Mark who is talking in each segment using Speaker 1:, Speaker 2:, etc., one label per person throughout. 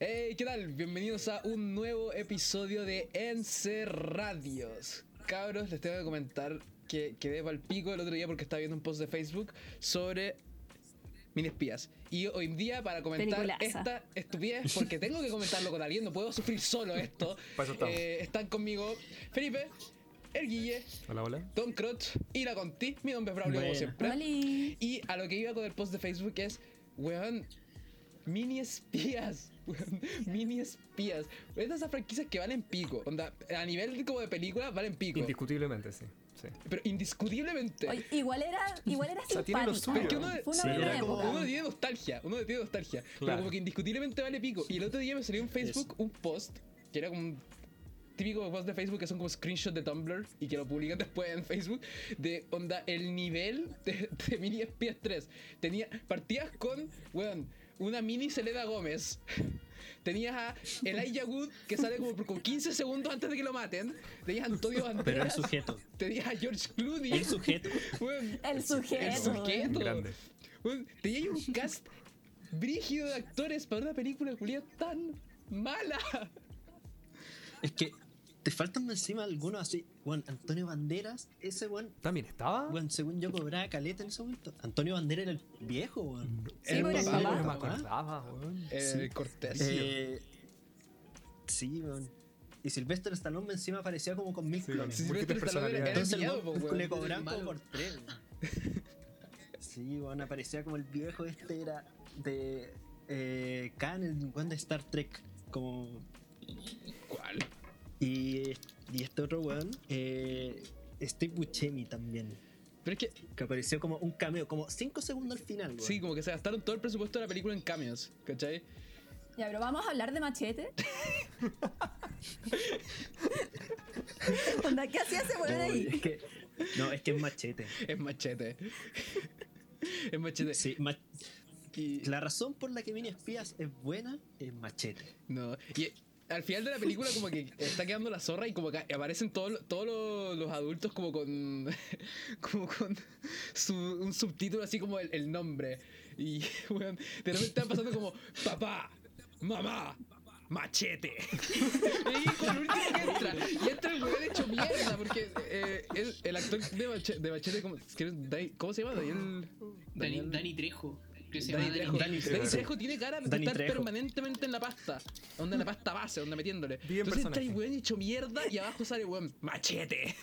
Speaker 1: Hey, ¿qué tal? Bienvenidos a un nuevo episodio de Ence Radios. Cabros, les tengo que comentar que quedé pal pico el otro día porque estaba viendo un post de Facebook sobre Minespías. Y hoy en día, para comentar
Speaker 2: Peliculaza.
Speaker 1: esta estupidez, porque tengo que comentarlo con alguien, no puedo sufrir solo esto,
Speaker 3: Pa' eso estamos.
Speaker 1: eh, están conmigo Felipe, el Guille,
Speaker 3: Hola, hola.
Speaker 1: Don Crotch y la Conti. Mi nombre es Braulio, como
Speaker 3: Buena.
Speaker 1: siempre.
Speaker 2: Oli.
Speaker 1: Y a lo que iba con el post de Facebook es, weón, mini espías. weón, mini espías. Es de esas franquicias que valen pico. Onda, a nivel como de película, valen pico.
Speaker 3: Indiscutiblemente, sí. sí.
Speaker 1: pero indiscutiblemente.
Speaker 2: Oye, igual era, igual era
Speaker 3: O sea, tiene lo
Speaker 1: Es
Speaker 2: simpática.
Speaker 3: suyo.
Speaker 1: que uno, de-
Speaker 2: Fue una
Speaker 1: sí,
Speaker 2: buena
Speaker 1: era como-
Speaker 2: época.
Speaker 1: uno tiene nostalgia, uno tiene nostalgia, pero
Speaker 3: Claro.
Speaker 1: como que indiscutiblemente vale pico. Y el otro día me salió en Facebook un post que era como un típico post de Facebook que son como screenshots de Tumblr y que lo publican después en Facebook de onda el nivel de, de Mini Espías 3. Tenía partías con, weón, una mini Celeda Gómez. Tenías a Elijah Wood que sale como por como 15 segundos antes de que lo maten. Tenías a Antonio
Speaker 4: Pero el
Speaker 1: Banderas.
Speaker 4: sujeto.
Speaker 1: Tenías a George Clooney.
Speaker 4: El sujeto.
Speaker 1: Weón,
Speaker 2: El
Speaker 1: el
Speaker 2: sujeto.
Speaker 1: sujeto.
Speaker 3: Grande.
Speaker 1: Weón, Tenía un cast brígido de actores para una película culia tan mala.
Speaker 4: Es que te faltan encima algunos así. Juan, Antonio Banderas, ese weón,
Speaker 3: ¿También estaba?
Speaker 4: weón, según yo cobraba caleta en ese momento. Antonio Banderas era el viejo, weón.
Speaker 2: Sí,
Speaker 1: El
Speaker 2: por el
Speaker 1: papá.
Speaker 3: No me
Speaker 2: papá.
Speaker 3: acordaba, weón.
Speaker 1: Eh,
Speaker 4: Sí.
Speaker 1: Cortés.
Speaker 4: Eh, sí, weón. Y Sylvester Stallone encima aparecía como con mil
Speaker 3: Sí,
Speaker 4: clones.
Speaker 1: Si
Speaker 3: múltiples
Speaker 1: Sylvester Stallone era- era
Speaker 3: personalidades.
Speaker 4: Entonces
Speaker 1: el
Speaker 4: el
Speaker 1: villano, po,
Speaker 4: weón
Speaker 1: weón.
Speaker 4: le cobraban
Speaker 1: Malo.
Speaker 4: como por tres. weón. Sí, weón, aparecía como el viejo este era de eh, Khan, el weón de Star Trek. Como
Speaker 1: ¿Cuál?
Speaker 4: Y, y este otro weón, eh, Steve Buscemi también,
Speaker 1: Pero es que,
Speaker 4: que apareció como un cameo, como 5 segundos al final, weón.
Speaker 1: sí, como que se gastaron todo el presupuesto de la película en cameos, ¿cachai?
Speaker 2: Ya, pero vamos a hablar de machete. Onda, ¿qué hacía ese weón
Speaker 4: Oy,
Speaker 2: ahí?
Speaker 4: es que, no, es que es machete.
Speaker 1: Es machete. es machete.
Speaker 4: Sí, ma-
Speaker 1: Y,
Speaker 4: la razón por la que Mini Espías es buena es machete.
Speaker 1: No, y al final de la película como que está quedando la zorra y como que aparecen todos lo- todos los, los adultos como con como con su- un subtítulo así como el, el nombre y weón, de repente están pasando como papá, mamá, machete. Y con el último que entra, y entra el weón hecho mierda porque eh, el, el actor de machete, de machete ¿cómo, que es Dai- ¿cómo se llama? Daniel
Speaker 5: Dani,
Speaker 1: Daniel-
Speaker 5: Dani Trejo. Que se
Speaker 1: Dani
Speaker 5: llama
Speaker 1: Trejo. Dani
Speaker 5: Dani
Speaker 1: Trejo.
Speaker 3: Trejo.
Speaker 1: tiene cara de
Speaker 4: Dani
Speaker 1: estar
Speaker 4: Trejo.
Speaker 1: permanentemente en la pasta. Onda en la pasta base, onda metiéndole.
Speaker 3: Bien
Speaker 1: Entonces está el
Speaker 3: personaje.
Speaker 1: weón hecho mierda y abajo sale weón machete.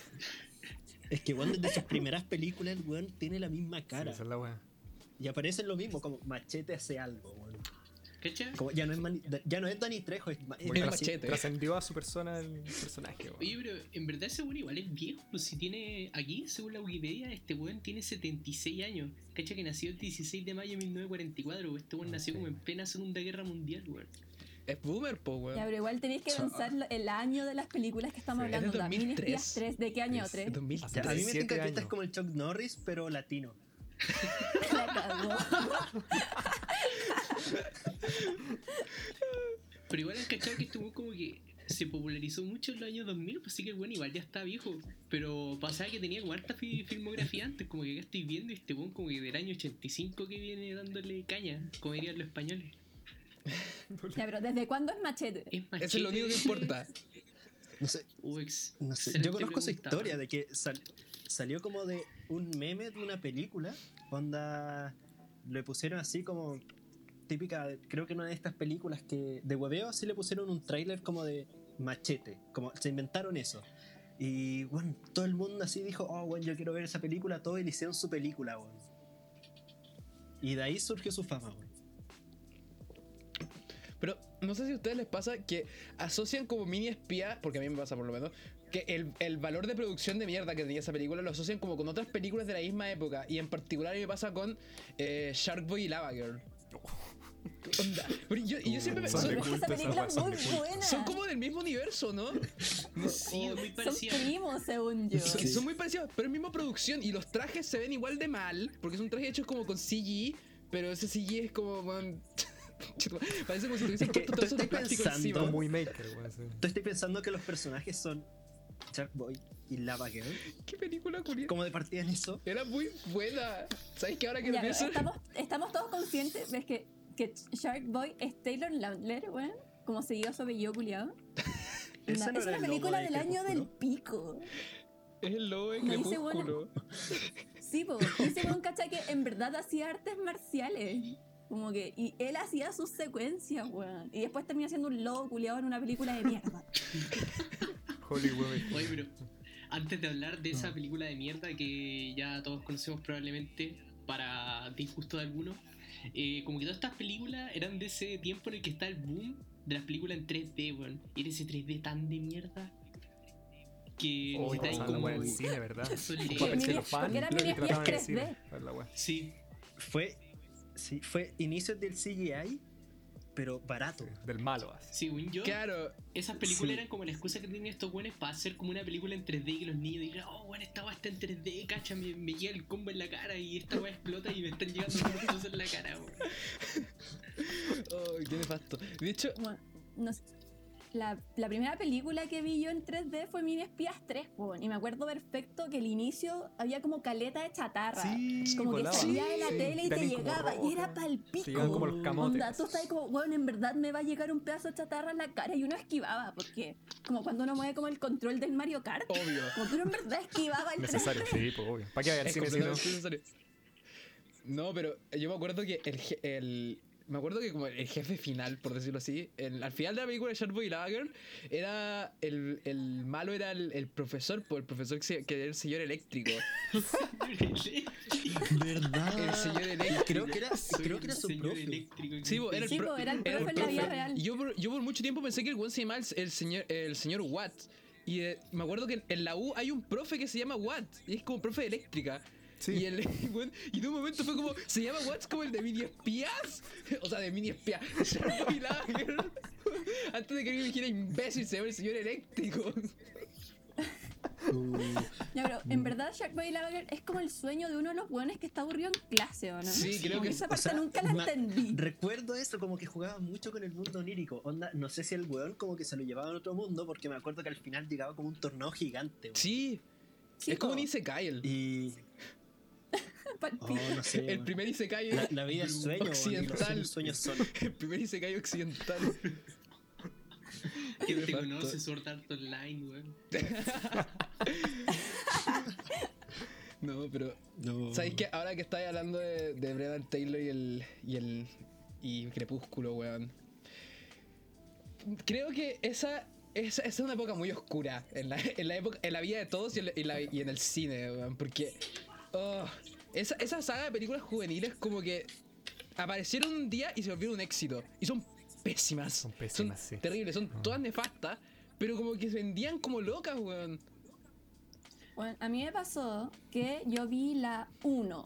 Speaker 4: Es que weón desde sus primeras películas el weón tiene la misma
Speaker 3: Sí,
Speaker 4: cara.
Speaker 3: esa es la weá.
Speaker 4: y aparecen lo mismo, como machete hace algo, weón.
Speaker 5: ¿Cacha?
Speaker 4: Como, ya, no es Mani- ya no es Dani Trejo, es, ma- es
Speaker 3: Bueno,
Speaker 4: machete.
Speaker 1: machete.
Speaker 3: Trascendió a su persona el personaje, weón.
Speaker 5: Oye, pero en verdad ese weón igual es viejo. Pues si tiene. Aquí, según la Wikipedia, este weón tiene 76 años. ¿Cacha que nació el 16 de mayo de 1944? pues, Este weón nació como en plena Segunda Guerra Mundial, weón.
Speaker 1: Es boomer, po,
Speaker 2: Ya,
Speaker 1: weón.
Speaker 2: pero igual tenéis que pensar lo- el año de las películas que estamos
Speaker 3: Sí.
Speaker 2: hablando.
Speaker 1: Es de
Speaker 2: onda, Mil
Speaker 1: 2003.
Speaker 2: espías 3. ¿De qué año?
Speaker 3: Es
Speaker 2: 3.
Speaker 4: Ya, a mí me
Speaker 3: 17
Speaker 4: tinca que este
Speaker 3: años.
Speaker 4: es como el Chuck Norris, pero latino.
Speaker 2: La cagó.
Speaker 5: Pero igual han cachado que este weón como que se popularizó mucho en los años 2000, pues así que el weón igual ya está viejo. Pero pasaba que tenía cuarta fi- filmografía antes, como que acá estoy viendo este weón como que del año 85 que viene dándole caña, como dirían los españoles.
Speaker 2: Ya, pero ¿desde cuándo es machete?
Speaker 5: Es más
Speaker 1: Eso es lo único que importa.
Speaker 4: No sé, No sé, yo conozco esa historia de que sal- salió como de un meme de una película. Onda. Le pusieron así como. Típica, creo que una de estas películas que. De hueveo, así le pusieron un tráiler como de machete. Como se inventaron eso. Y bueno, todo el mundo así dijo, oh, bueno, yo quiero ver esa película, todo y le hicieron su película, weón. Y de ahí surgió su fama, weón.
Speaker 1: Pero no sé si a ustedes les pasa que asocian como mini espía, porque a mí me pasa por lo menos, que el, el valor de producción de mierda que tenía esa película lo asocian como con otras películas de la misma época. Y en particular a mí me pasa con eh, Sharkboy y Lava Girl. Onda. Pero yo, y yo siempre me,
Speaker 3: Son
Speaker 1: son-
Speaker 3: de
Speaker 2: Pero es que esa
Speaker 3: culto, esa
Speaker 2: película
Speaker 3: weá,
Speaker 2: es
Speaker 3: son
Speaker 2: muy
Speaker 3: de culto.
Speaker 2: buena.
Speaker 1: son como del mismo universo, ¿no?
Speaker 5: Sí, muy
Speaker 2: Son
Speaker 5: parecida.
Speaker 2: primos, según yo.
Speaker 1: Son- Son muy parecidos, pero es misma producción y los trajes se ven igual de mal, porque son trajes hechos como con CGI, pero ese CGI es como... weón, Parece como si tuviesen
Speaker 4: Es que
Speaker 1: puesto
Speaker 4: tú
Speaker 1: todo eso de
Speaker 4: estás
Speaker 1: plástico
Speaker 4: pensando-
Speaker 1: encima.
Speaker 3: Todo muy maker, weón. sí.
Speaker 4: Entonces estoy pensando que los personajes son Sharkboy y Lava Girl.
Speaker 1: ¿Qué película curiosa?
Speaker 4: Como de partida en eso.
Speaker 1: Era muy buena. ¿Sabes qué? Ahora que
Speaker 2: Ya,
Speaker 1: lo
Speaker 2: pero
Speaker 1: pienso...
Speaker 2: estamos, estamos todos conscientes de que, que Shark Boy es Taylor Lautner, weón. como seguidoso de yo, culiado.
Speaker 4: Esa no
Speaker 2: es
Speaker 4: era
Speaker 2: la
Speaker 4: el lobo
Speaker 2: película
Speaker 4: de
Speaker 2: del año del
Speaker 4: Crepúsculo.
Speaker 2: pico.
Speaker 1: Es el lobo de
Speaker 2: Me hice bola.
Speaker 1: crepúsculo.
Speaker 2: Sí, po. Y ese weón cacha que en verdad hacía artes marciales. Como que, y él hacía sus secuencias, weón. Y después termina siendo un lobo culiado en una película de mierda.
Speaker 3: Hollywood.
Speaker 5: Oye, pero antes de hablar de esa película de mierda que ya todos conocemos probablemente, para disgusto de algunos, eh, como que todas estas películas eran de ese tiempo en el que está el boom de las películas en 3D, weón. Y era ese 3D tan de mierda que
Speaker 3: Oh, pasaban
Speaker 5: necesitáis
Speaker 3: la
Speaker 5: como...
Speaker 3: weá en el cine, ¿verdad?
Speaker 5: solidez.
Speaker 3: Papel
Speaker 2: Mini-
Speaker 3: celofán,
Speaker 2: porque era
Speaker 3: lo que
Speaker 2: mini
Speaker 3: trataban en el
Speaker 2: 3D.
Speaker 3: cine. Para la weá.
Speaker 5: Sí,
Speaker 4: Fue, sí, fue inicios del CGI, pero barato.
Speaker 3: Sí, Del malo, así.
Speaker 5: sí, según yo,
Speaker 1: Claro,
Speaker 5: esas películas
Speaker 4: Sí.
Speaker 5: eran como la excusa que tenían estos güeyes para hacer como una película en 3D y que los niños digan, oh, bueno, esta weá está en 3D, cacha, me, me llega el combo en la cara y esta weá explota y me están llegando cosas en la cara, weón.
Speaker 1: Ay, Oh, qué nefasto. De hecho,
Speaker 2: Bueno, no sé. La, la primera película que vi yo en 3D fue Mini Espías 3, weón. Y me acuerdo perfecto que el inicio había como caleta de chatarra.
Speaker 3: Sí,
Speaker 2: como
Speaker 3: volaba.
Speaker 2: que salía de la
Speaker 3: Sí,
Speaker 2: tele y te
Speaker 3: tenían como
Speaker 2: llegaba. Y
Speaker 3: ropa.
Speaker 2: era palpico.
Speaker 3: Te llegaban como los camotes.
Speaker 2: Onda, tú estás ahí como, weón, en verdad me va a llegar un pedazo de chatarra en la cara y uno esquivaba, porque como cuando uno mueve como el control del Mario Kart,
Speaker 1: obvio.
Speaker 2: como que uno en verdad esquivaba el
Speaker 3: Necesario, sí, pues, obvio. ¿Para qué vaya al
Speaker 1: Es
Speaker 3: cine si no?
Speaker 1: completamente necesario. No, pero yo me acuerdo que el, je- el- me acuerdo que como el jefe final, por decirlo así, el- al final de la película de Sharkboy y Lava Girl, era el, el malo era el, el profesor, por el profesor que, se- que era el señor eléctrico.
Speaker 4: ¿Verdad?
Speaker 1: El señor eléctrico.
Speaker 4: Creo que era,
Speaker 5: Soy
Speaker 4: creo que
Speaker 5: el
Speaker 4: era su
Speaker 5: señor
Speaker 4: profe.
Speaker 5: eléctrico.
Speaker 1: Sí, bo, era el,
Speaker 2: Sí,
Speaker 1: pro-
Speaker 2: bo, era el profe en la vida real.
Speaker 1: Y yo por, yo por mucho tiempo pensé que el weón se llamaba el, el señor, el señor Watt. Y eh, me acuerdo que en, en la U hay un profe que se llama Watt. Y es como profe de eléctrica.
Speaker 3: Sí.
Speaker 1: Y, el, weón- y de un momento fue como, ¿se llama Watt como el de mini espías? O sea, de mini espías. Y la- Antes de que alguien me dijera imbécil, se llama el señor eléctrico.
Speaker 2: Ya, pero en verdad Sharkboy y Lava Girl es como el sueño de uno de los weones que está aburrido en clase, ¿o no?
Speaker 1: Sí, creo
Speaker 2: Como
Speaker 1: que-
Speaker 2: Esa
Speaker 4: o
Speaker 2: parte
Speaker 4: sea,
Speaker 2: nunca la
Speaker 4: ma-
Speaker 2: entendí.
Speaker 4: Recuerdo eso, como que jugaba mucho con el mundo onírico. Onda, no sé si el weón como que se lo llevaba a otro mundo, porque me acuerdo que al final llegaba como un torneo gigante. weón.
Speaker 1: Sí,
Speaker 2: Sí,
Speaker 1: es como
Speaker 2: po,
Speaker 1: un Isekai. El,
Speaker 4: Y.
Speaker 2: palpico.
Speaker 4: Oh, no sé.
Speaker 1: el
Speaker 4: weón.
Speaker 1: primer Isekai.
Speaker 4: la, la vida es
Speaker 1: Blue
Speaker 4: sueño, weón, y los
Speaker 1: occidental.
Speaker 4: sueños- sueños son.
Speaker 1: El primer Isekai occidental.
Speaker 5: Que te
Speaker 1: Exacto.
Speaker 5: conoce Sword Art Online, weón.
Speaker 1: No, pero
Speaker 4: No.
Speaker 1: ¿Sabéis que ahora que estáis hablando de, de Brendan Taylor y el, y el y Crepúsculo, weón? Creo que esa, esa, esa es una época muy oscura en la, en la, época, en la vida de todos y en, la- y la- y en el cine, weón. Porque oh, esa, esa saga de películas juveniles como que aparecieron un día y se volvieron un éxito. Y son pésimas.
Speaker 3: Son pésimas, sí. Ah.
Speaker 1: Terribles, son todas nefastas, pero como que se vendían como locas, weón.
Speaker 2: Bueno, a mí me pasó que yo vi la 1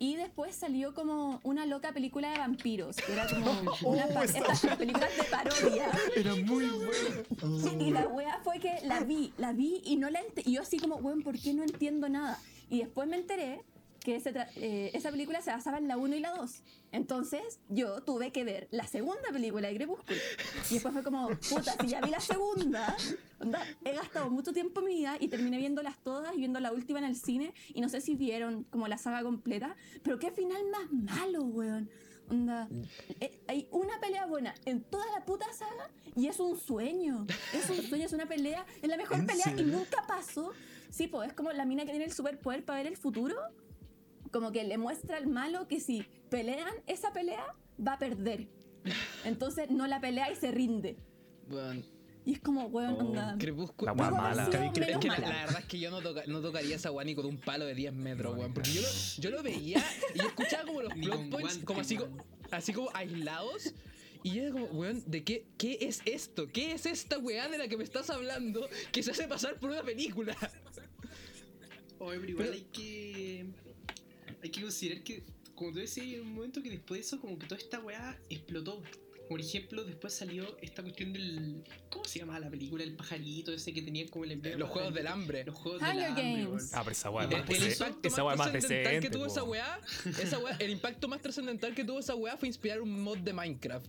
Speaker 2: y después salió como una loca película de vampiros, que era como una pa- estas películas de parodia.
Speaker 3: Era muy bueno.
Speaker 2: Y la wea fue que la vi, la vi y no la ent- y yo así como, weón, ¿por qué no entiendo nada? Y después me enteré que se tra- eh, esa película se basaba en la 1 y la 2. Entonces yo tuve que ver la segunda película de Crepúsculo. Y después fue como, puta, si ya vi la segunda, onda, he gastado mucho tiempo en mi vida y terminé viéndolas todas y viendo la última en el cine. Y no sé si vieron como la saga completa, pero qué final más malo, weón. Onda, eh, hay una pelea buena en toda la puta saga y es un sueño. Es un sueño, es una pelea. Es la mejor
Speaker 4: ¿En
Speaker 2: pelea
Speaker 4: serio?
Speaker 2: y nunca pasó. Sí, pues es como la mina que tiene el superpoder para ver el futuro. Como que le muestra al malo que si pelean esa pelea, va a perder. Entonces no la pelea y se rinde.
Speaker 1: Weón,
Speaker 2: Y es como, weón,
Speaker 4: Oh,
Speaker 2: onda.
Speaker 1: Crepúsculo.
Speaker 3: La weá
Speaker 2: Pudo haber
Speaker 3: mala.
Speaker 2: sido
Speaker 4: Caí que-
Speaker 1: Es
Speaker 2: menos
Speaker 1: que la,
Speaker 2: mala.
Speaker 1: la verdad es que yo no, toca- no tocaría esa weá ni con un palo de 10 metros, weón. Porque yo lo, yo lo veía y yo escuchaba como los
Speaker 5: Ni con
Speaker 1: plot points,
Speaker 5: guante,
Speaker 1: como así, co-
Speaker 5: weón.
Speaker 1: así como aislados. Y yo era como, weón, ¿de qué, qué es esto? ¿Qué es esta weá de la que me estás hablando que se hace pasar por una película?
Speaker 5: Oye, pero igual
Speaker 1: Pero-
Speaker 5: hay que. Hay que considerar que, como tú decías, hay un momento que después de eso, como que toda esta weá explotó. Por ejemplo, después salió esta cuestión del. ¿Cómo se llamaba la película? El pajarito ese que tenía como el emblema
Speaker 1: Los Juegos del
Speaker 5: pajarito.
Speaker 1: Hambre.
Speaker 5: Los Juegos
Speaker 2: Hunger
Speaker 5: del Hambre.
Speaker 2: Games.
Speaker 5: weón.
Speaker 3: Ah, pero esa weá es
Speaker 1: El-
Speaker 3: más
Speaker 1: el impacto
Speaker 3: decente. Esa weá es más
Speaker 1: más trascendental que
Speaker 3: decente.
Speaker 1: tuvo esa
Speaker 3: po.
Speaker 1: weá, esa weá- el impacto más trascendental que tuvo esa weá fue inspirar un mod de Minecraft.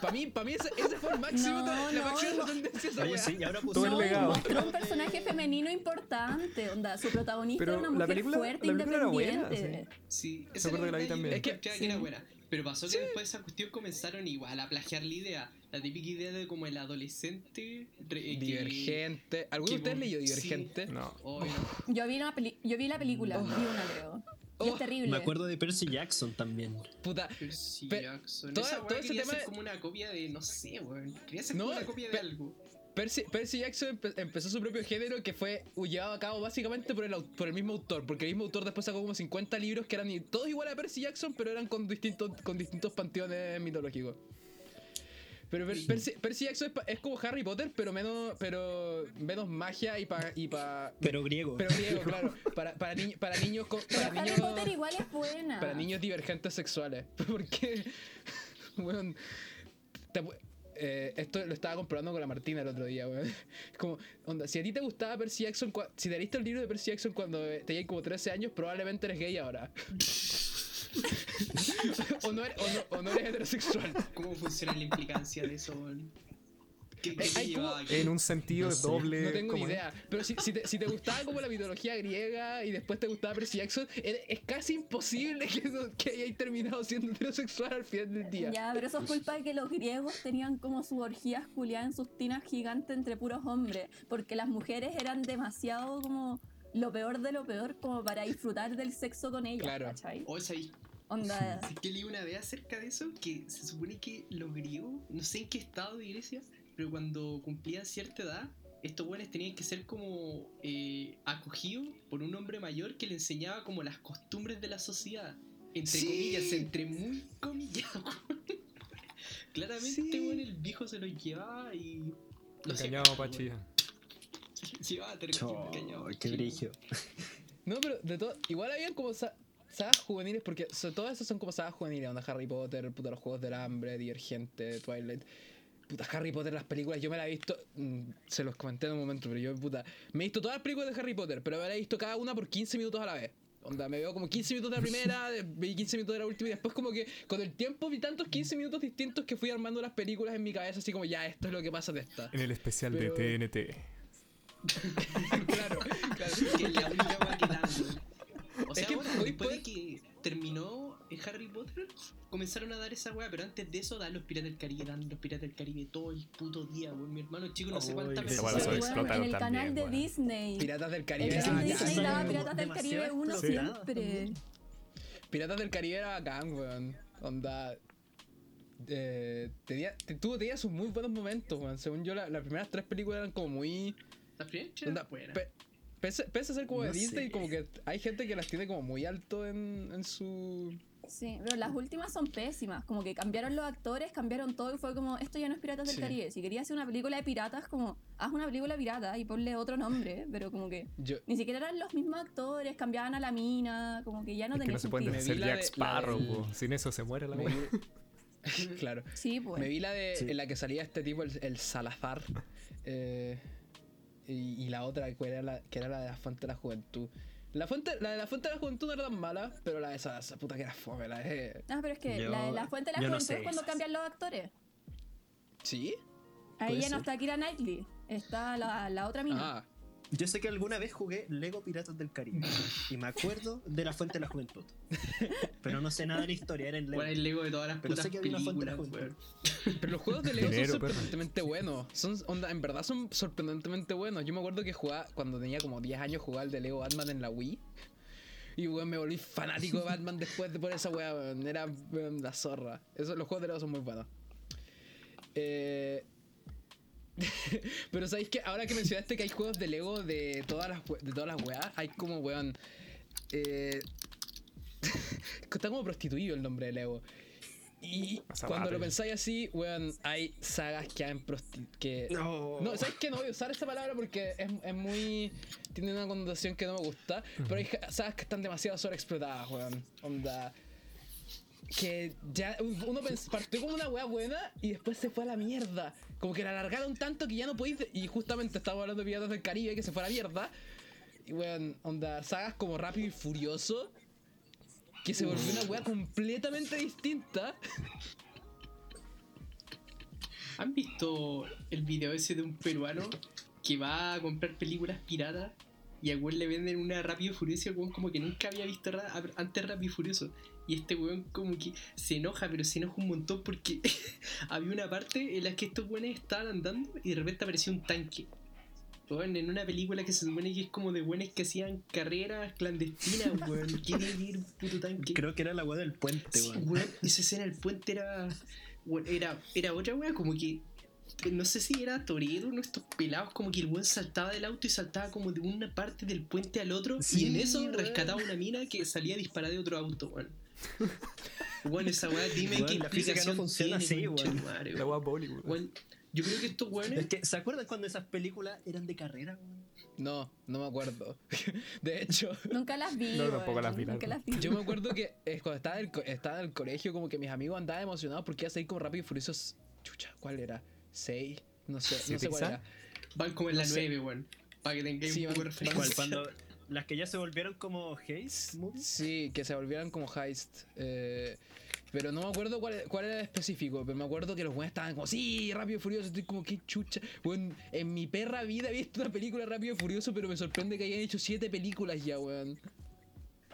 Speaker 1: Para mí, para mí ese, ese fue el máximo,
Speaker 2: No,
Speaker 1: la
Speaker 2: no,
Speaker 1: máxima
Speaker 2: no.
Speaker 1: trascendencia de esa
Speaker 4: Oye,
Speaker 1: weá.
Speaker 4: sí, y ahora
Speaker 3: Todo el
Speaker 2: No,
Speaker 4: pusieron-
Speaker 3: legado.
Speaker 2: mostró un personaje femenino importante, onda, su protagonista
Speaker 3: Pero
Speaker 2: era una
Speaker 3: la
Speaker 2: mujer
Speaker 3: película-
Speaker 2: fuerte,
Speaker 3: la película era buena,
Speaker 2: independiente.
Speaker 5: Sí, esa
Speaker 3: acuerdo que la vi
Speaker 5: weá yo
Speaker 3: también.
Speaker 5: encontraba que era buena. Pero pasó que después de esa cuestión comenzaron igual a plagiar la idea. La típica idea de como el adolescente. re- eh, que-
Speaker 1: Divergente. ¿Alguno de
Speaker 5: que
Speaker 1: ustedes
Speaker 5: vos-
Speaker 1: leyó
Speaker 5: sí.
Speaker 1: Divergente?
Speaker 3: No.
Speaker 5: Oh, no.
Speaker 2: Yo vi, una peli- yo vi la película,
Speaker 3: Oh.
Speaker 2: vi una creo. Y
Speaker 1: Oh,
Speaker 2: es terrible.
Speaker 4: Me acuerdo de Percy Jackson también.
Speaker 1: Puta.
Speaker 5: Percy
Speaker 1: Pe-
Speaker 5: Jackson.
Speaker 1: toda-
Speaker 5: Esa weá
Speaker 1: todo ese
Speaker 5: quería
Speaker 1: tema
Speaker 5: hacer
Speaker 1: de-
Speaker 5: como una copia de. No sé, weón. Quería hacer
Speaker 1: No,
Speaker 5: como una copia de
Speaker 1: pe-
Speaker 5: algo.
Speaker 1: Percy, Percy Jackson empe- empezó su propio género que fue llevado a cabo básicamente por el, au- por el mismo autor, porque el mismo autor después sacó como 50 libros que eran i- todos iguales a Percy Jackson, pero eran con distintos, con distintos panteones mitológicos. Pero Per- Percy, Percy Jackson es, pa- es como Harry Potter, pero menos, pero menos magia y para... Y pa,
Speaker 4: Pero griego.
Speaker 1: pero griego, claro. Para, para, ni- para niños... con-
Speaker 2: Pero
Speaker 1: Para
Speaker 2: Harry
Speaker 1: niños
Speaker 2: Potter igual es buena.
Speaker 1: para niños divergentes sexuales. Porque, weón, te pu- eh, esto lo estaba comprobando con la Martina el otro día, weón. Es como, onda, si a ti te gustaba Percy Jackson, cua- si te leíste el libro de Percy Jackson cuando eh, tenías como 13 años, probablemente eres gay ahora. o, no eres, o no- o no eres heterosexual.
Speaker 5: ¿Cómo funciona la implicancia de eso, weón? ¿Qué,
Speaker 1: Eh,
Speaker 5: qué te
Speaker 1: hay
Speaker 5: llevaba
Speaker 1: como-
Speaker 5: aquí?
Speaker 3: En un sentido
Speaker 4: No sé,
Speaker 3: doble.
Speaker 1: No tengo
Speaker 3: Eh, ¿cómo es?
Speaker 1: idea. Pero si, si te, si te gustaba como la mitología griega y después te gustaba Percy Jackson, es, es casi imposible que, eso- que hayáis terminado siendo heterosexual al final del día.
Speaker 2: Ya, pero eso es culpa de que los griegos tenían como sus orgías culiadas en sus tinas gigantes entre puros hombres, porque las mujeres eran demasiado como lo peor de lo peor como para disfrutar del sexo con ellas,
Speaker 1: Claro.
Speaker 2: ¿cachai?
Speaker 5: O sea, y-
Speaker 2: Onda,
Speaker 5: Es que leí una vez acerca de eso que se supone que los griegos, no sé en qué estado de Grecia, pero cuando cumplían cierta edad, estos buenos tenían que ser como eh, acogidos por un hombre mayor que le enseñaba como las costumbres de la sociedad. Entre
Speaker 1: Sí.
Speaker 5: comillas, entre muy comillas. weón. Claramente, este
Speaker 1: Sí.
Speaker 5: weón, el viejo se los llevaba y.
Speaker 3: Lo
Speaker 5: sé,
Speaker 3: engañaba
Speaker 5: weón.
Speaker 3: Pachi.
Speaker 5: Llevaba tres
Speaker 4: Chao,
Speaker 5: engañado,
Speaker 4: qué
Speaker 5: sí.
Speaker 4: brillo.
Speaker 1: No, pero de todo. Igual habían como sa- sagas juveniles, porque sobre todo esas son como sagas juveniles, onda Harry Potter, puta los juegos del hambre, Divergente, Twilight. Puta, Harry Potter, las películas, yo me las he visto. mm, se los comenté en un momento, pero yo, puta. Me he visto todas las películas de Harry Potter, pero me las he visto cada una por 15 minutos a la vez. Onda, me veo como 15 minutos de la primera, de- vi 15 minutos de la última, y después, como que con el tiempo vi tantos 15 minutos distintos que fui armando las películas en mi cabeza, así como ya, esto es lo que pasa de esta.
Speaker 3: En el especial
Speaker 1: Pero-
Speaker 3: de TNT.
Speaker 1: claro, claro.
Speaker 5: que la única weá que dan, güey. O sea,
Speaker 1: Es que
Speaker 5: ahora,
Speaker 1: podéis
Speaker 5: después
Speaker 1: poder-
Speaker 5: de que terminó el Harry Potter, comenzaron a dar esa weá, pero antes de eso dan los Piratas del Caribe, dan los Piratas del Caribe todo el puto día, güey. Mi hermano chico no sé
Speaker 4: Uy, esa
Speaker 5: cuántas veces.
Speaker 3: weá la
Speaker 2: sí,
Speaker 5: se lo
Speaker 3: sabe
Speaker 5: hizo.
Speaker 2: bueno, en
Speaker 3: explotaron
Speaker 2: el canal
Speaker 3: también,
Speaker 2: de
Speaker 3: bueno.
Speaker 2: Disney.
Speaker 1: Piratas del
Speaker 2: El
Speaker 1: Caribe.
Speaker 4: Piratas
Speaker 1: ah,
Speaker 2: canal de
Speaker 1: ya,
Speaker 4: Disney
Speaker 2: Disney
Speaker 1: sí.
Speaker 2: daba
Speaker 4: sí.
Speaker 2: Piratas del
Speaker 4: Demasiado
Speaker 2: Caribe 1
Speaker 4: explotadas
Speaker 2: siempre.
Speaker 4: también.
Speaker 1: Piratas del Caribe era bacán, weón. Onda. Eh, tenía, te- tuvo, tenía sus muy buenos momentos, weón. Según yo, la- las primeras tres películas eran como muy.
Speaker 5: La primera era
Speaker 1: Onda,
Speaker 5: buena.
Speaker 1: pe- pese, pese a ser como de
Speaker 4: No
Speaker 1: Disney,
Speaker 4: sé.
Speaker 1: como que hay gente que las tiene como muy alto en, en su.
Speaker 2: Sí, pero las últimas son pésimas. Como que cambiaron los actores, cambiaron todo y fue como, esto ya no es Piratas del
Speaker 1: Sí.
Speaker 2: Caribe. Si querías hacer una película de piratas, como, haz una película pirata y ponle otro nombre, pero como que
Speaker 1: Yo,
Speaker 2: ni siquiera eran los mismos actores, cambiaban a la mina, como que ya no
Speaker 3: Es que
Speaker 2: tenía
Speaker 3: no se pueden
Speaker 2: sentido.
Speaker 3: deshacer
Speaker 1: Me vi la
Speaker 3: Jack
Speaker 1: de-
Speaker 3: Sparrow,
Speaker 1: la del-
Speaker 3: po. sin eso se muere la
Speaker 1: me
Speaker 3: wea.
Speaker 1: vi- claro.
Speaker 2: Sí, pues.
Speaker 1: Me vi la de
Speaker 4: Sí.
Speaker 1: en la que salía este tipo, el, el Salazar. eh, y, y la otra, que era la, que era la de la Fuente de la Juventud. La, fuente, la de la Fuente de la Juventud no era tan mala, pero la de esa, esa puta que era fome, la de.
Speaker 2: Ah, pero es que
Speaker 4: Yo-
Speaker 2: la, de la fuente de la
Speaker 4: yo no
Speaker 2: juventud
Speaker 4: sé
Speaker 2: es cuando
Speaker 4: esas.
Speaker 2: cambian los actores.
Speaker 1: ¿Sí?
Speaker 2: Ahí
Speaker 4: Puede
Speaker 2: ya no
Speaker 4: ser.
Speaker 2: está Kira Knightley, está la, la otra mina.
Speaker 1: Ah.
Speaker 4: Yo sé que alguna vez jugué Lego Piratas del Caribe y me acuerdo de la Fuente de la Juventud. Pero no sé nada de la historia, era en Lego.
Speaker 5: Bueno, el Lego de todas las
Speaker 4: Pero
Speaker 5: putas
Speaker 4: sé que había una fuente de
Speaker 5: películas,
Speaker 4: juventud.
Speaker 5: weón.
Speaker 1: Pero los juegos de Lego
Speaker 3: Dinero,
Speaker 1: son
Speaker 3: perro.
Speaker 1: sorprendentemente buenos. Son, onda, en verdad son sorprendentemente buenos. Yo me acuerdo que jugaba, cuando tenía como 10 años, jugaba el de Lego Batman en la Wii. Y weón, me volví fanático de Batman después de por esa weá, weón. Era weón, la zorra. Eso, los juegos de Lego son muy buenos. Eh, Pero sabéis que ahora que mencionaste que hay juegos de Lego de todas las, we- de todas las weas, hay como weón. eh, está como prostituido el nombre de Lego. Y
Speaker 3: Hace
Speaker 1: cuando
Speaker 3: rato
Speaker 1: lo
Speaker 3: ya.
Speaker 1: pensáis así, weón, hay sagas que han prosti que
Speaker 4: No,
Speaker 1: no, ¿sabes que No voy a usar esa palabra porque es, es muy. Tiene una connotación que no me gusta. Pero hay ja- sagas que están demasiado sobreexplotadas, weón. Onda. Que ya. Uno pens- partió como una weá buena y después se fue a la mierda. Como que la alargaron tanto que ya no podéis. Y justamente estábamos hablando de Piratas del Caribe que se fue a la mierda. Y weón, onda. Sagas como Rápido y Furioso. Que se volvió una weá completamente distinta.
Speaker 5: ¿Han visto el video ese de un peruano que va a comprar películas piratas y a weón le venden una Rápido y Furioso, y el weón como que nunca había visto ra- ab- antes Rápido y Furioso. Y este weón como que se enoja, pero se enoja un montón porque había una parte en la que estos weones estaban andando y de repente apareció un tanque. Weón, en una película que se supone que es como de weones que hacían carreras clandestinas, weón. ¿Qué tiene que ir un puto tanque?
Speaker 4: Creo que era la weá del puente,
Speaker 5: Sí,
Speaker 4: weón.
Speaker 5: weón, esa escena del puente era, weón, era. Era otra weá, como que. No sé si era Toredo, no estos pelados, como que el weón saltaba del auto y saltaba como de una parte del puente al otro. y
Speaker 4: Sí,
Speaker 5: en eso
Speaker 4: weón.
Speaker 5: rescataba una mina que salía a disparar de otro auto, weón. Weón, esa weá, dime
Speaker 4: Weón,
Speaker 5: qué
Speaker 4: la física no
Speaker 5: explicación
Speaker 4: funciona
Speaker 5: tiene,
Speaker 4: así,
Speaker 5: concha
Speaker 4: weón.
Speaker 5: madre,
Speaker 3: La
Speaker 5: weón.
Speaker 3: wea boli, weón.
Speaker 5: Weón, yo creo que estos
Speaker 4: Es
Speaker 5: weones.
Speaker 4: que, ¿se acuerdan cuando esas películas eran de carrera, weón?
Speaker 1: No, no me acuerdo. De hecho,
Speaker 2: Nunca las vi.
Speaker 3: No, tampoco
Speaker 2: weón,
Speaker 3: las vi, la
Speaker 2: Nunca
Speaker 3: verdad.
Speaker 2: las vi.
Speaker 1: yo me acuerdo que eh, cuando estaba en, el co- estaba en el colegio, como que mis amigos andaban emocionados porque iba a salir como rápido y furioso. Chucha, ¿cuál era? ¿Seis? No sé, no sé
Speaker 3: ¿Pixar?
Speaker 1: cuál era.
Speaker 5: Van como en la
Speaker 1: no sé.
Speaker 5: 9, weón. Para que tengáis
Speaker 1: Sí,
Speaker 5: un poco de
Speaker 1: van-
Speaker 4: ¿Cuál?
Speaker 5: referencia.
Speaker 4: Cuando las que ya se volvieron como Haze movies.
Speaker 1: Sí, que se volvieran como heist. eh, pero no me acuerdo cuál, cuál era el específico, pero me acuerdo que los weones estaban como, sí, rápido y furioso, estoy como, qué chucha. Weón, en mi perra vida he visto una película rápido y furioso, pero me sorprende que hayan hecho siete películas ya, weón.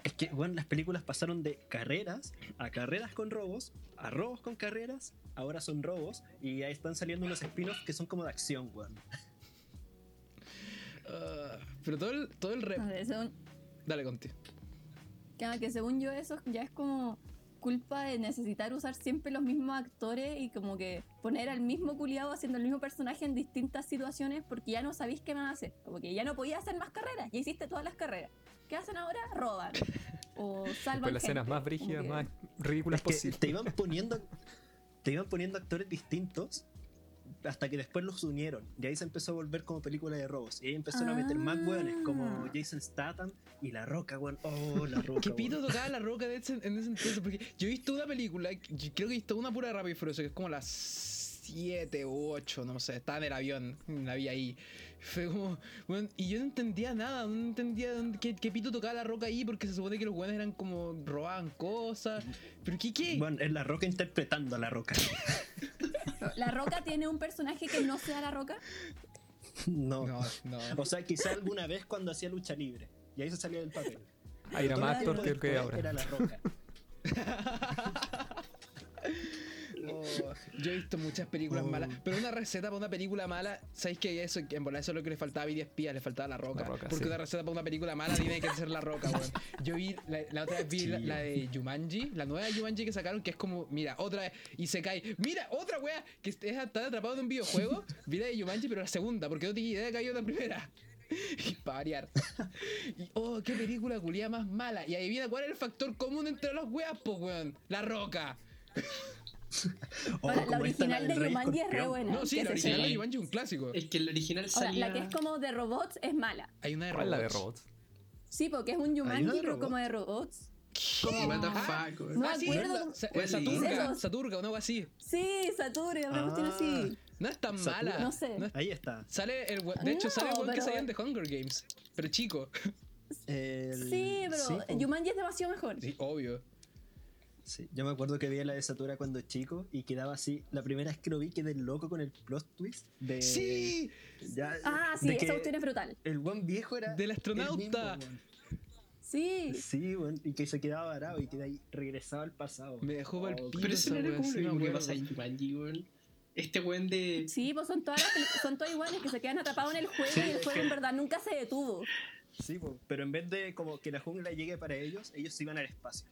Speaker 4: Es que, weón, las películas pasaron de carreras a carreras con robos, a robos con carreras, ahora son robos, y ahí están saliendo unos spin-offs que son como de acción, weón.
Speaker 1: Ah, pero todo el, todo el
Speaker 2: A
Speaker 1: rep.
Speaker 2: ver, según-
Speaker 1: Dale, Conti.
Speaker 2: Claro, que según yo eso ya es como culpa de necesitar usar siempre los mismos actores y como que poner al mismo culiado haciendo el mismo personaje en distintas situaciones porque ya no sabéis qué van a hacer. Como que ya no podías hacer más carreras, ya hiciste todas las carreras. ¿Qué hacen ahora? Roban. O salvan.
Speaker 3: Con las escenas
Speaker 2: gente.
Speaker 3: más
Speaker 2: Como
Speaker 3: brígidas,
Speaker 2: que-
Speaker 3: más ridículas
Speaker 4: Es que
Speaker 3: posibles.
Speaker 4: te iban poniendo te iban poniendo actores distintos hasta que después los unieron y ahí se empezó a volver como película de robos y ahí empezaron a meter más
Speaker 2: Ah.
Speaker 4: weones como Jason Statham y La Roca weón oh La Roca
Speaker 1: ¿Qué pito
Speaker 4: weón.
Speaker 1: tocaba la roca de ese- en ese entonces? Porque yo he visto una película, yo creo que he visto una pura de rápido y furioso, que es como las 7 u 8, no sé, estaba en el avión, la vi ahí. Fue como, bueno, y yo no entendía nada, no entendía dónde- qué, qué pito tocaba la roca ahí, porque se supone que los buenos eran como, robaban cosas, pero ¿qué qué?
Speaker 4: Bueno, es La Roca interpretando a La Roca
Speaker 2: ¿La Roca tiene un personaje que no sea La Roca?
Speaker 4: no.
Speaker 1: No, no.
Speaker 4: o sea quizá alguna vez cuando hacía lucha libre y ahí se salía del papel
Speaker 3: Ahí era
Speaker 4: Todo
Speaker 3: más
Speaker 4: el
Speaker 3: actor que el
Speaker 4: tiempo
Speaker 3: que
Speaker 4: después era
Speaker 3: ahora.
Speaker 4: La Roca
Speaker 1: Oh, yo he visto muchas películas
Speaker 4: Oh.
Speaker 1: malas, pero una receta para una película mala, ¿sabéis que eso, en verdad eso es lo que le faltaba a Vida Espía? Le faltaba la roca.
Speaker 3: La Roca,
Speaker 1: porque
Speaker 3: sí.
Speaker 1: una receta para una película mala tiene que ser la roca, weón. Yo vi, la, la otra vez vi la,
Speaker 4: Sí.
Speaker 1: la de Jumanji, la nueva de Jumanji que sacaron, que es como, mira, otra vez, y se cae. Mira, otra wea que es- está atrapado en un videojuego. Vi la de Jumanji, pero la segunda, porque no tenía idea de que había una primera. Y para variar. Y, oh, qué película culia más mala. Y adivina cuál era el factor común entre los weas, po, weón. La roca.
Speaker 4: Oh,
Speaker 2: Ahora, la
Speaker 4: como esta,
Speaker 2: original
Speaker 4: del
Speaker 2: de
Speaker 4: Rey
Speaker 2: Jumanji es re
Speaker 4: Escorpión.
Speaker 2: buena.
Speaker 1: No, sí,
Speaker 2: que
Speaker 1: la
Speaker 2: se
Speaker 1: original
Speaker 2: sepa.
Speaker 1: de
Speaker 5: sepa.
Speaker 1: Jumanji es un clásico.
Speaker 5: Es que el original
Speaker 2: Ahora,
Speaker 5: salía.
Speaker 2: la que es como de robots es mala.
Speaker 1: Hay una de
Speaker 3: ¿Cuál
Speaker 1: robots.
Speaker 3: la de robots?
Speaker 2: Sí, porque es un
Speaker 4: una
Speaker 2: Jumanji
Speaker 4: de
Speaker 2: pero como
Speaker 4: robots?
Speaker 2: de robots.
Speaker 5: What the
Speaker 1: Ah,
Speaker 5: fuck, weón.
Speaker 2: No
Speaker 1: ah, sí,
Speaker 2: acuerdo.
Speaker 1: ¿verdad? Sa-
Speaker 5: ¿Cuál
Speaker 1: eh, Saturga,
Speaker 2: es?
Speaker 1: Saturga, una algo así.
Speaker 2: Sí, Saturn, una cuestión
Speaker 4: Ah.
Speaker 2: así.
Speaker 1: No es tan
Speaker 4: Saturga.
Speaker 1: mala.
Speaker 2: No sé.
Speaker 1: es-
Speaker 4: ahí está
Speaker 1: Sale el we- de hecho,
Speaker 2: No,
Speaker 1: sale el weón que
Speaker 2: pero-
Speaker 1: salía en The Hunger Games. Pero chico.
Speaker 4: El-
Speaker 2: Sí, pero
Speaker 4: po.
Speaker 2: Jumanji es demasiado mejor.
Speaker 1: Sí, obvio.
Speaker 4: Sí, yo me acuerdo que veía la de Satura cuando chico y quedaba así. La primera vez que lo vi quedé loco con el plot twist
Speaker 5: Eh,
Speaker 4: de.
Speaker 1: ¡Sí!
Speaker 4: Ya,
Speaker 2: Ah, sí,
Speaker 4: de
Speaker 2: esa
Speaker 4: que
Speaker 2: cuestión es brutal.
Speaker 4: El buen viejo era.
Speaker 1: Del
Speaker 4: el
Speaker 1: astronauta.
Speaker 4: mismo, weón.
Speaker 2: Sí.
Speaker 4: sí, weón, y que se quedaba varado y que de ahí regresaba al pasado.
Speaker 1: Me dejó ver
Speaker 4: Oh,
Speaker 1: pico
Speaker 5: Pero
Speaker 1: esa
Speaker 5: eso no era
Speaker 1: weón,
Speaker 5: como
Speaker 1: sí
Speaker 5: lo mismo
Speaker 1: me
Speaker 5: que
Speaker 1: acuerdo.
Speaker 5: pasa en Jumanji, weón. Este weón de.
Speaker 2: Sí, pues son todas, las- son todas iguales, que se quedan atrapados en el juego
Speaker 4: Sí,
Speaker 2: y el
Speaker 4: es
Speaker 2: juego
Speaker 4: que-
Speaker 2: en verdad nunca se detuvo.
Speaker 4: Sí, po, pero en vez de como que la jungla llegue para ellos, ellos se iban al espacio